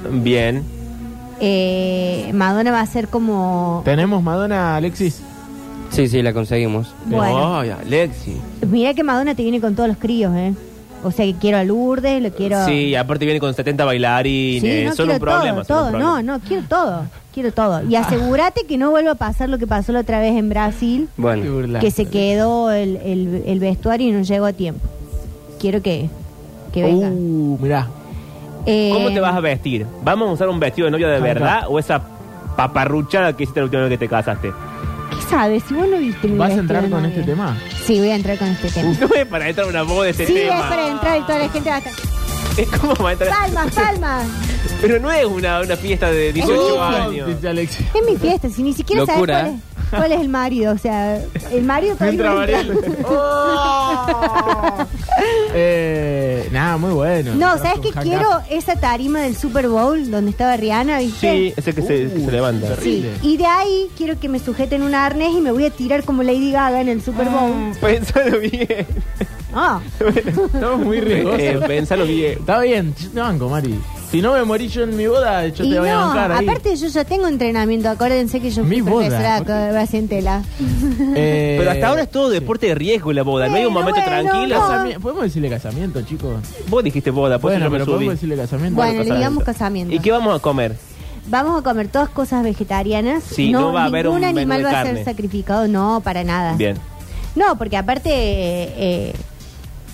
B: Bien.
C: Eh, Madonna va a ser como...
D: ¿Tenemos Madonna, Alexis?
F: Sí, sí, la conseguimos.
C: Bueno,
B: Ay, Alexi.
C: mira que Madonna te viene con todos los críos, ¿eh? O sea que quiero a Lourdes, lo quiero...
B: Sí, aparte viene con 70 bailarines.
C: Sí, no
B: son un
C: quiero
B: problema. son
C: todo,
B: un
C: todo,
B: problema.
C: no, no, quiero todo, quiero todo. Y asegúrate que no vuelva a pasar lo que pasó la otra vez en Brasil,
D: Te
F: Bueno,
D: burlaste.
C: que se quedó el, el- el vestuario y no llegó a tiempo. Quiero que, que venga.
D: Uh, mirá.
C: Eh,
B: ¿Cómo te vas a vestir? ¿Vamos a usar un vestido de novia de
D: Ajá.
B: verdad o esa paparruchada que hiciste la última vez que te casaste?
C: ¿Qué sabes? Si vos no viste mi
D: ¿Vas a
C: vestido
D: entrar
C: de
D: con
C: novia.
D: este tema?
C: Sí, voy a entrar con este tema.
B: No es para entrar a una boda de este
C: sí,
B: tema.
C: es para entrar y toda la gente va a estar...
B: ¿Cómo va a entrar?
C: ¡Palmas, palmas!
B: Pero no es una, una fiesta de 18 años.
D: Dice Alexis.
C: Es mi fiesta, si ni siquiera sabes
F: Locura,
C: cuál es, cuál es el marido. O sea, el marido todavía
D: Entra
C: no entra.
D: Mariel. ¡Oh! eh, nada, muy bueno.
C: No,
D: Entraste
C: ¿sabes
D: un
C: qué
D: hack
C: quiero?
D: up.
C: Esa tarima del Super Bowl donde estaba Rihanna,
B: Sí,
C: ¿viste?
B: ese que, se, que se levanta.
C: Sí,
D: horrible.
C: y de ahí quiero que me sujeten un arnés y me voy a tirar como Lady Gaga en el Super Bowl.
B: Pensalo Mm, bien.
C: Ah,
D: Estamos muy riesgosos.
B: Eh, pensalo bien.
D: Está bien, yo te banco, Mari. Si no me morí yo en mi boda, yo
C: y
D: te
C: no,
D: voy a bancar ahí.
C: aparte yo ya tengo entrenamiento, acuérdense que yo
D: Mi
C: fui
D: boda.
C: profesora de Bacentela.
D: Eh,
B: Pero hasta ahora es todo deporte de riesgo la boda. No hay un
C: Bueno,
B: momento
C: bueno,
B: tranquilo.
C: no.
D: Casami- ¿Podemos decirle casamiento, chicos?
B: Vos dijiste boda, por eso
D: Bueno,
B: yo
D: pero
B: me subí.
D: podemos decirle casamiento.
C: Bueno, le
B: Casamiento.
C: digamos casamiento.
B: ¿Y qué vamos a comer?
C: Vamos a comer todas cosas vegetarianas.
B: Sí, no va a haber
C: ningún
B: un menú
C: animal
B: de
C: va a
B: carne.
C: ser sacrificado, no, para nada.
B: Bien.
C: No, porque aparte eh, eh,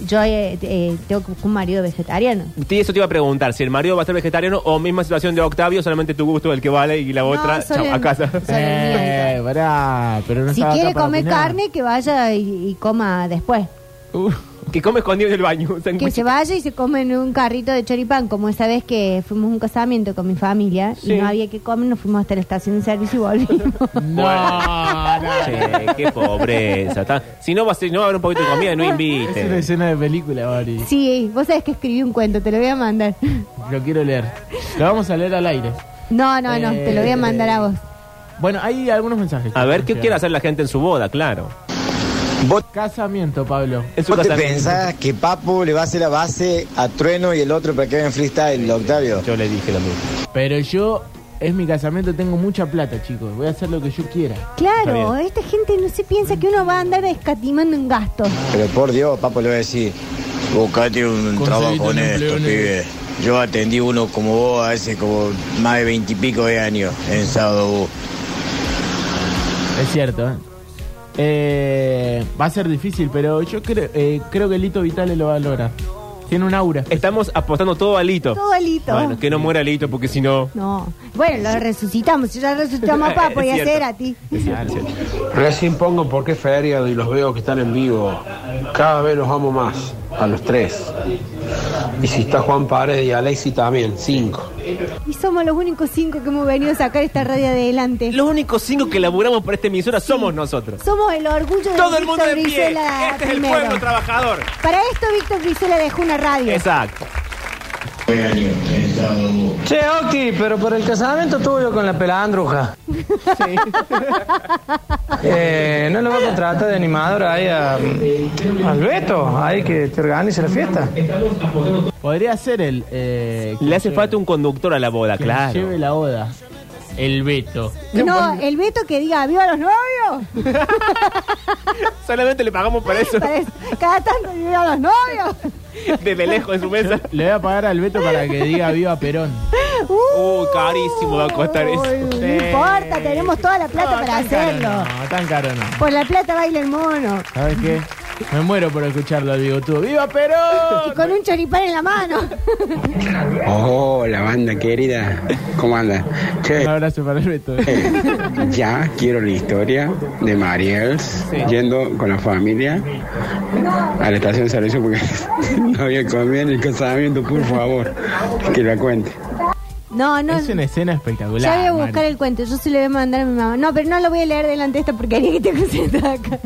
C: yo eh, eh, tengo un marido vegetariano.
B: Te- Eso te iba a preguntar, si el marido va a ser vegetariano o misma situación de Octavio, solamente tu gusto es el que vale y la
C: No,
B: otra,
C: solo
B: chao,
C: el-
B: a casa.
C: Soy el
D: Eh,
C: nieto.
D: pará, pero no
C: si
D: estaba acá
C: quiere
D: para
C: comer
D: opinar.
C: carne, que vaya y, y coma después.
D: Uh,
B: Que come escondido en el baño. un
C: Que
B: sándwich.
C: se vaya y se come en un carrito de choripán, como esa vez que fuimos a un casamiento con mi familia
B: Sí.
C: y no había que comer, nos fuimos hasta la estación de servicio y volvimos.
D: no, no.
B: Che, qué pobreza. está- Si no va, a ser- no va a haber un poquito de comida, no
D: Es una
B: invite.
D: escena de película, Mari.
C: sí, vos sabés que escribí un cuento, te lo voy a mandar.
D: Lo quiero leer. Lo vamos a leer al aire.
C: No, no, no, te lo voy a mandar a
B: Eh,
C: vos.
D: Bueno, hay algunos mensajes.
B: A ver qué quiere
D: quieras
B: hacer la gente en su boda, claro.
D: Casamiento, Pablo.
B: En su
E: ¿Vos te
B: casa-
E: pensás que Papu le va a hacer la base a Trueno y el otro para que hagan freestyle, Octavio?
B: Yo le dije lo mismo.
D: Pero yo, es mi casamiento, tengo mucha plata, chicos. Voy a hacer lo que yo quiera.
C: Claro,
B: Está bien.
C: esta gente no se piensa que uno va a andar escatimando en gastos.
E: Pero por Dios, Papu le va a decir, buscate un
D: Conseguite
E: trabajo
D: un
E: con
D: empleo,
E: esto,
D: negro".
E: pibe. Yo atendí uno como vos hace como más de veintipico de años en Sado
D: Es cierto. ¿eh? Eh, va a ser difícil, pero yo creo, eh, creo que Lito Vitale lo va a lograr. Tiene un aura.
B: Estamos apostando todo a Lito.
C: Todo alito.
B: Bueno, que no muera Lito, porque si no. Eh,
C: No, bueno, lo resucitamos, yo ya resucitamos a Papo
B: Es
C: y a
B: cierto.
C: Cerati.
B: Es cierto, es cierto.
G: Recién pongo porque es feriado y los veo que están en vivo. Cada vez los amo más, a los tres. Y si está Juan Paredes y Alexi también, cinco.
C: Y somos los únicos cinco que hemos venido a sacar esta radio adelante.
B: Los únicos cinco que laburamos para esta emisora somos nosotros.
C: Somos el orgullo de
B: Todo el
C: Víctor
B: mundo de pie.
C: Brizuela
B: Este es el
C: primero.
B: pueblo trabajador.
C: Para esto Víctor Brizuela dejó una radio.
B: Exacto.
H: Che, Octi, pero por el casamiento tuyo con la pelandruja. Eh, ¿No lo vas a contratar de animador ahí a, mm, al Beto? Ahí que te organice la fiesta.
D: Podría ser el. eh, que
B: Le hace
D: lleve-
B: falta un conductor a la boda,
D: que
B: claro.
D: Lleve la oda. El Beto.
C: No, el Beto que diga viva los novios.
B: Solamente le pagamos para eso.
C: Para eso, Cada tanto viva los novios.
B: Desde lejos de su mesa.
D: Le voy a pagar al Beto para que diga viva Perón.
B: Uh, carísimo va a costar eso.
C: Uy, No importa, tenemos toda la plata para
D: tan caro
C: hacerlo.
D: no, tan caro no.
C: Por la plata baila el mono.
D: ¿Sabes qué? Me muero por escucharlo al bigotudo. ¡Viva Perón!
C: Y con un choripán en la mano.
G: Oh, la banda querida. ¿Cómo anda?
D: Un
G: Che,
D: abrazo para el Beto.
G: ya quiero la historia de Mariels yendo con la familia a la estación de servicio porque no había comido en el casamiento, por favor. Que la cuente.
C: No, no.
D: Es una escena espectacular.
C: Ya voy a buscar
D: Mari.
C: el cuento, yo se lo voy a mandar a mi mamá. No, pero no lo voy a leer delante de esta porquería que tengo sentada acá.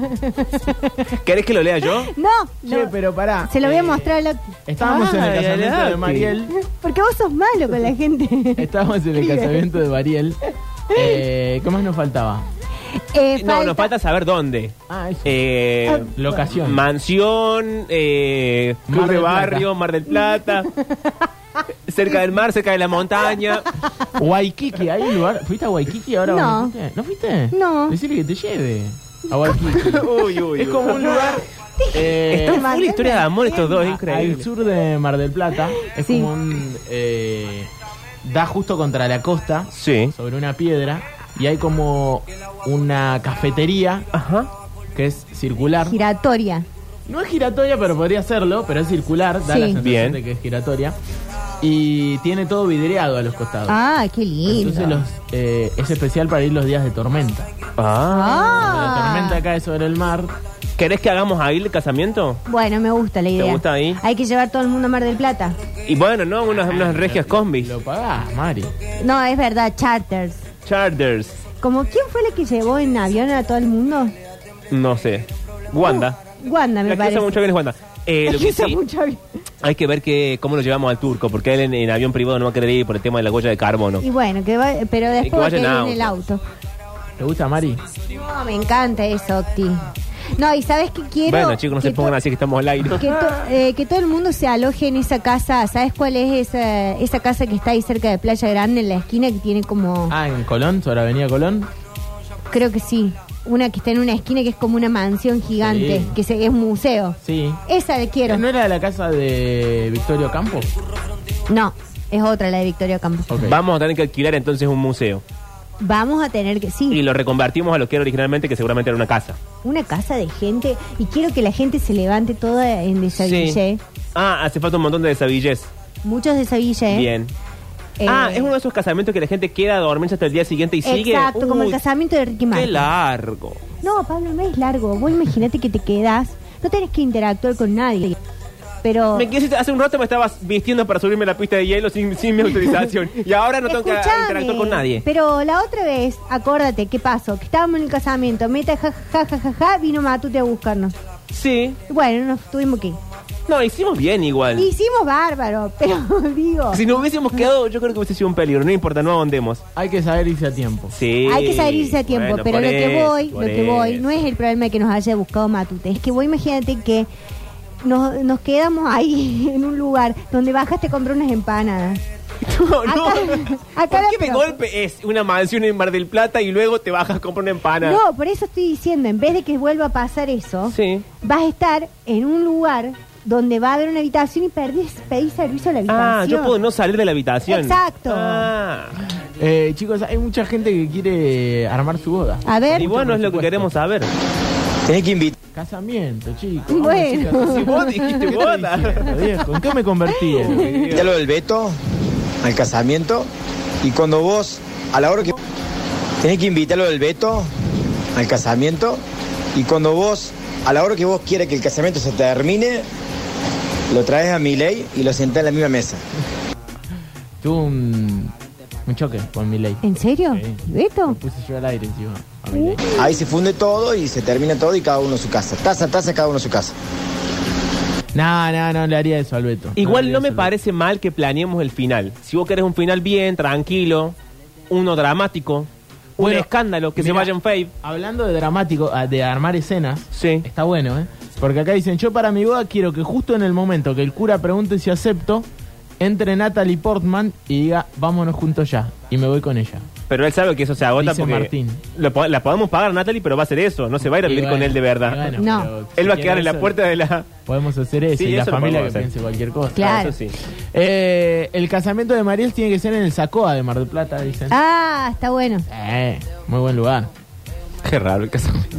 B: ¿Querés que lo lea yo?
C: No,
D: Che,
C: no.
D: pero pará.
C: se lo voy a
D: Eh,
C: mostrar a la...
D: Estábamos en el
B: Ay,
D: casamiento de
B: Alaki.
D: Mariel.
C: Porque vos sos malo con la gente.
D: Estábamos en el
C: Escribe.
D: casamiento de Mariel. Eh, ¿Qué más nos faltaba?
C: Eh,
B: No, nos falta saber dónde.
D: Ah, eso.
B: Eh,
D: Locación.
B: Mansión, eh,
D: Mar
B: club de
D: del Plata.
B: barrio, Mar del Plata. cerca del mar, cerca de la montaña.
D: Waikiki, ¿hay un lugar? ¿Fuiste a Waikiki ahora?
C: No.
D: Fuiste? ¿No fuiste?
C: No.
D: Decirle que te lleve a Waikiki.
B: Uy, uy,
D: es como un lugar. eh,
B: Están full historia de amor estos dos, es
D: a- al
B: increíble.
D: sur de Mar del Plata. Es
C: Sí.
D: como un. eh, da justo contra la costa,
B: Sí.
D: sobre una piedra. Y hay como una cafetería
B: Ajá.
D: que es circular.
C: Giratoria.
D: No es giratoria, pero podría serlo, pero es circular, da
C: Sí.
D: la sensación
B: Bien.
D: de que es giratoria. Y tiene todo vidriado a los costados.
C: Ah, qué
D: Entonces
C: lindo.
D: los, eh, es especial para ir los días de tormenta.
B: Ah.
D: Cuando La tormenta
C: Ah,
D: cae sobre el mar,
B: ¿Querés que hagamos ahí el casamiento?
C: Bueno, me gusta la idea.
B: gusta ahí?
C: Hay que llevar todo el mundo a Mar del Plata.
B: Y bueno, ¿no? Unas, unas regias combis.
D: Ah, Lo pagás, Mari.
C: No, es verdad, charters.
B: Charters.
C: Como quién fue la que llevó en avión a todo el mundo?
B: No sé. Wanda.
C: Uh, Wanda, me
B: La que
C: parece.
B: usa mucho bien es Wanda. Eh, lo
C: La que
B: que
C: usa
B: sí,
C: mucho avión.
B: hay que ver que, cómo lo llevamos al turco, porque él en, en avión privado no va a querer ir por el tema de la huella de carbono.
C: Y bueno, que va, pero
B: que
C: después
B: vaya
C: que
B: en
C: en el auto.
D: ¿Te gusta, Mari?
C: No, me encanta eso, Octi. No, y ¿sabes qué quiero?
B: bueno, chicos, no se
C: Que to-
B: pongan así que estamos al aire.
C: Que, to- eh, que todo el mundo se aloje en esa casa. ¿Sabes cuál es esa, esa casa que está ahí cerca de Playa Grande, en la esquina, que tiene como...
D: Ah, en Colón, sobre Avenida Colón.
C: Creo que sí. Una que está en una esquina que es como una mansión gigante,
D: Sí.
C: que se- es un museo.
D: Sí.
C: Esa la quiero.
D: ¿No era la casa de Victorio Campos?
C: No, es otra la de Victoria Campos.
D: Ok.
B: Vamos a tener que alquilar entonces un museo.
C: Vamos a tener que, sí,
B: Y lo reconvertimos a lo que era originalmente, que seguramente era una casa.
C: una casa de gente. Y quiero que la gente se levante toda en desaville.
B: Ah, hace falta un montón de desavillés.
C: Muchos desaville.
B: Bien.
C: Eh,
B: ah, es uno de esos casamientos que la gente queda a dormirse hasta el día siguiente y sigue.
C: Exacto, como el
B: Uy,
C: casamiento de Ricky
B: Qué
C: Martin.
B: largo.
C: No, Pablo, no es largo. Vos imaginate que te quedás. No tenés que interactuar con nadie. Pero.
B: Me quise- hace un rato me estabas vistiendo para subirme a la pista de hielo sin, sin mi autorización. y ahora no tengo que
C: Escuchame,
B: interactuar con nadie.
C: Pero la otra vez, acuérdate, ¿qué pasó? Que estábamos en el casamiento. Meta, ja, ja, ja, ja, ja, vino Matute a buscarnos.
B: Sí.
C: Bueno, nos tuvimos que ir.
B: No, hicimos bien igual.
C: Hicimos bárbaro, pero digo.
B: Si nos hubiésemos quedado, yo creo que hubiese sido un peligro. No importa, no ahondemos.
D: Hay que saber irse a tiempo.
B: Sí.
C: Hay que salirse a tiempo,
B: Bueno,
C: pero
B: por
C: lo que
B: eso,
C: voy, lo
B: por
C: que voy,
B: eso.
C: no es el problema que nos haya buscado Matute, es que voy, imagínate que nos, nos quedamos ahí en un lugar donde bajaste a comprar unas empanadas.
B: No, no.
C: Acá- acá
B: ¿Por
C: la
B: qué de
C: pro-
B: golpe es una mansión en Mar del Plata y luego te bajas a comprar una empana?
C: No, por eso estoy diciendo, en vez de que vuelva a pasar eso,
B: Sí.
C: vas a estar en un lugar donde va a haber una habitación y perdís, pedís servicio a la habitación.
B: Ah, yo puedo no salir de la habitación.
C: Exacto.
B: Ah.
D: Eh, chicos, hay mucha gente que quiere armar su boda.
C: A ver,
B: Y bueno, es lo que
D: presupuesto.
B: queremos saber.
E: Tenés que invitar.
D: Casamiento, chicos.
C: Bueno.
D: Vamos, chicas,
B: Si vos dijiste boda.
D: diciendo, viejo, ¿En qué me convertí?
E: Ya lo del veto al casamiento y cuando vos, a la hora que tenés que invitarlo del veto al casamiento y cuando vos, a la hora que vos quieras que el casamiento se termine, lo traes a mi ley y lo sentás en la misma mesa.
D: Tuve un, un choque con mi ley.
C: ¿en serio?
D: Sí.
C: ¿Beto?
D: Me puse yo al aire encima a Milei.
E: Ahí se funde todo y se termina todo y cada uno a su casa. Taza, taza, cada uno a su casa.
D: No, no, no le haría eso al Beto.
B: Igual
D: le
B: no me
D: haría eso al Beto.
B: parece mal que planeemos el final. Si vos querés un final bien, tranquilo, uno dramático,
D: Bueno,
B: un escándalo, que se
D: mira,
B: vaya en fave.
D: Hablando de dramático, ah, de armar escenas,
B: Sí.
D: está bueno, ¿eh? Porque acá dicen, yo para mi boda quiero que justo en el momento que el cura pregunte si acepto, entre Natalie Portman y diga, vámonos juntos ya. Y me voy con ella.
B: Pero él sabe que eso se agota
D: Dice
B: porque
D: Martín.
B: lo po- la podemos pagar Natalie, pero va a ser eso. No se va a ir a
D: Y
B: vivir
D: bueno,
B: con él de
D: y
B: verdad.
D: bueno,
C: No.
D: pero si
B: Él va a
D: quiere
B: quedar en la
D: eso,
B: puerta de la...
D: Podemos hacer eso.
B: Sí,
D: y la
B: eso lo
D: familia que
B: podemos hacer.
D: piense cualquier cosa.
C: Claro.
B: Eso sí.
D: Eh, el casamiento de Mariel tiene que ser en el Sacoa de Mar del Plata, dicen.
C: Ah, está bueno.
D: Eh, muy buen lugar.
B: Qué raro el casamiento.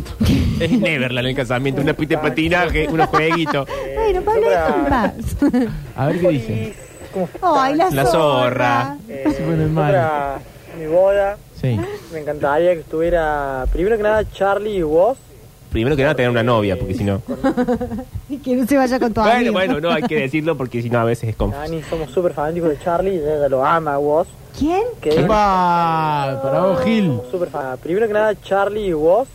B: es Neverland el casamiento, una pista de patinaje, unos jueguitos.
C: Bueno, Pablo, deja en paz.
D: A ver qué dice.
C: Ay, la,
B: La zorra.
I: Eh,
D: Se ponen mal.
I: mi boda,
D: Sí.
I: me encantaría que estuviera, primero que nada, Charlie y vos.
B: Primero que nada, tener una novia, porque si no...
C: Y que no se vaya con tu
B: Bueno,
C: amigo.
B: bueno, no hay que decirlo porque si no a veces es confuso.
I: Dani, somos súper fanáticos de Charlie y ella lo ama a vos.
C: ¿Quién?
I: Que
D: ¡Epa! Para vos, Gil.
I: somos súper fan- Primero que nada, Charlie y vos.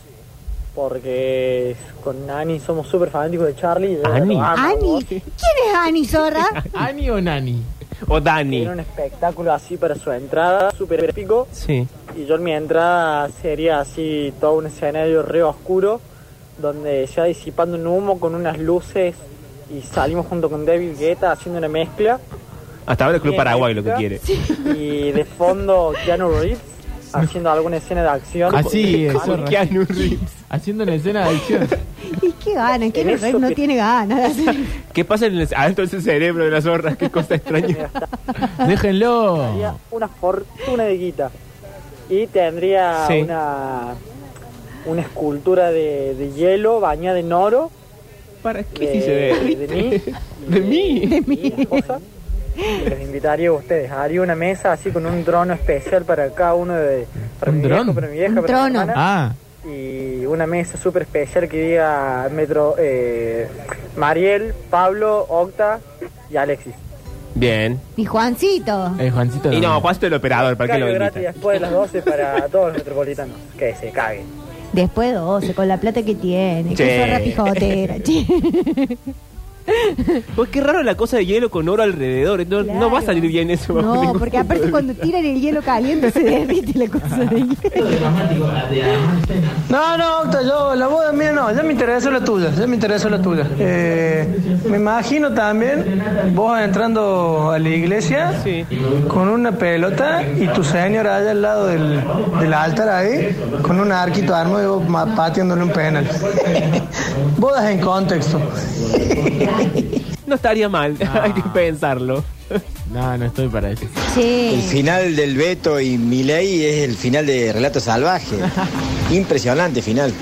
I: Porque con Ani somos súper fanáticos de Charlie. y ella
B: Ani.
I: lo ama a
C: Ani.
I: Ah, vos.
C: ¿Quién es Ani, zorra?
D: ¿Ani o Nani?
B: O Dani.
I: Tiene un espectáculo así para su entrada, súper épico.
B: Sí.
I: Y yo en mi entrada sería así todo un escenario re oscuro, donde se va disipando un humo con unas luces y salimos junto con David Guetta haciendo una mezcla.
B: Hasta ahora el Club
I: Bien,
B: Paraguay lo que
I: épica.
B: quiere.
I: Y de fondo Keanu Reeves haciendo alguna escena de acción.
D: Así Ah, es,
B: Con
D: zorra.
B: Keanu Reeves.
D: Haciendo una escena de acción.
C: ¿Y qué gana? ¿Quién es Rex? No tiene ganas de hacer.
B: ¿Qué pasa en el, adentro del cerebro de la zorra? Qué cosa extraña.
I: Tendría
D: Déjenlo.
I: una fortuna de guita. Y tendría
B: Sí.
I: una, una escultura de, de hielo bañada en oro.
B: ¿Para qué
I: de,
B: si se
I: de
B: ve?
I: mí.
B: De mí.
I: De mi esposa. Y los invitaría a ustedes. Haría una mesa así con un trono especial para cada uno de. Para
D: ¿Un
I: mi viejo,
D: dron?
I: para mi vieja,
C: Un
I: para mi
C: trono.
I: hermana.
D: Ah,
I: y una mesa súper especial que diga Metro eh, Mariel, Pablo, Octa y Alexis.
B: Bien.
C: Y Juancito.
D: El eh, Juancito.
B: Y no,
D: Domínguez.
B: Juancito el operador, ¿para qué lo
I: Cambio
B: invita?
I: gratis después de las 12 para todos los metropolitanos. Que se cague.
C: Después 12, con la plata que tiene.
B: Che.
C: Que zorra pijotera, che.
B: Pues qué raro la cosa de hielo con oro alrededor. No, no va a
C: Claro.
B: salir bien eso. bajo
C: No,
B: ningún
C: porque
B: punto
C: aparte
B: de
C: cuando
B: vista.
C: tiran el hielo caliente se derrite la cosa de hielo.
H: No, no, Octa, yo la boda mía no, ya me interesó la tuya, ya me interesó la tuya. Eh, me imagino también vos entrando a la iglesia
B: Sí.
H: con una pelota y tu señora allá al lado del, del altar ahí, con un arquito armo y vos ma- pateándole un penal. Bodas en contexto.
B: No estaría mal, hay
C: Ah.
B: que pensarlo.
D: No, no estoy para eso.
C: Che.
E: El final del Beto y Milei es el final de Relato Salvaje. Impresionante final.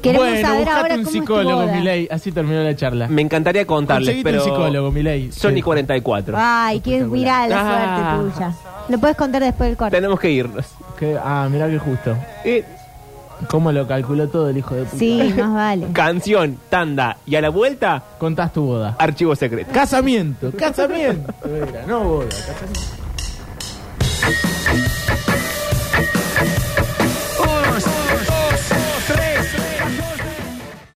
C: Queremos
D: bueno,
C: saber
D: buscate
C: ahora
D: un
C: cómo es tu
D: psicólogo,
C: boda.
D: Milei. Así terminó la charla.
B: Me encantaría contarles,
D: Conseguite
B: Mm, pero.
D: un psicólogo, Milei.
B: Sony
D: Sí.
B: 44.
C: Ay, qué mirá la
B: Ah.
C: suerte tuya. Lo puedes contar después del corte.
B: Tenemos que irnos.
D: Qué- ah, mirá que justo.
B: Eh,
D: ¿Cómo lo calculó todo el hijo de puta?
C: Sí, más vale.
B: canción, tanda y a la vuelta,
D: Contás tu boda.
B: archivo secreto.
D: Casamiento, casamiento. Era, no boda, casamiento.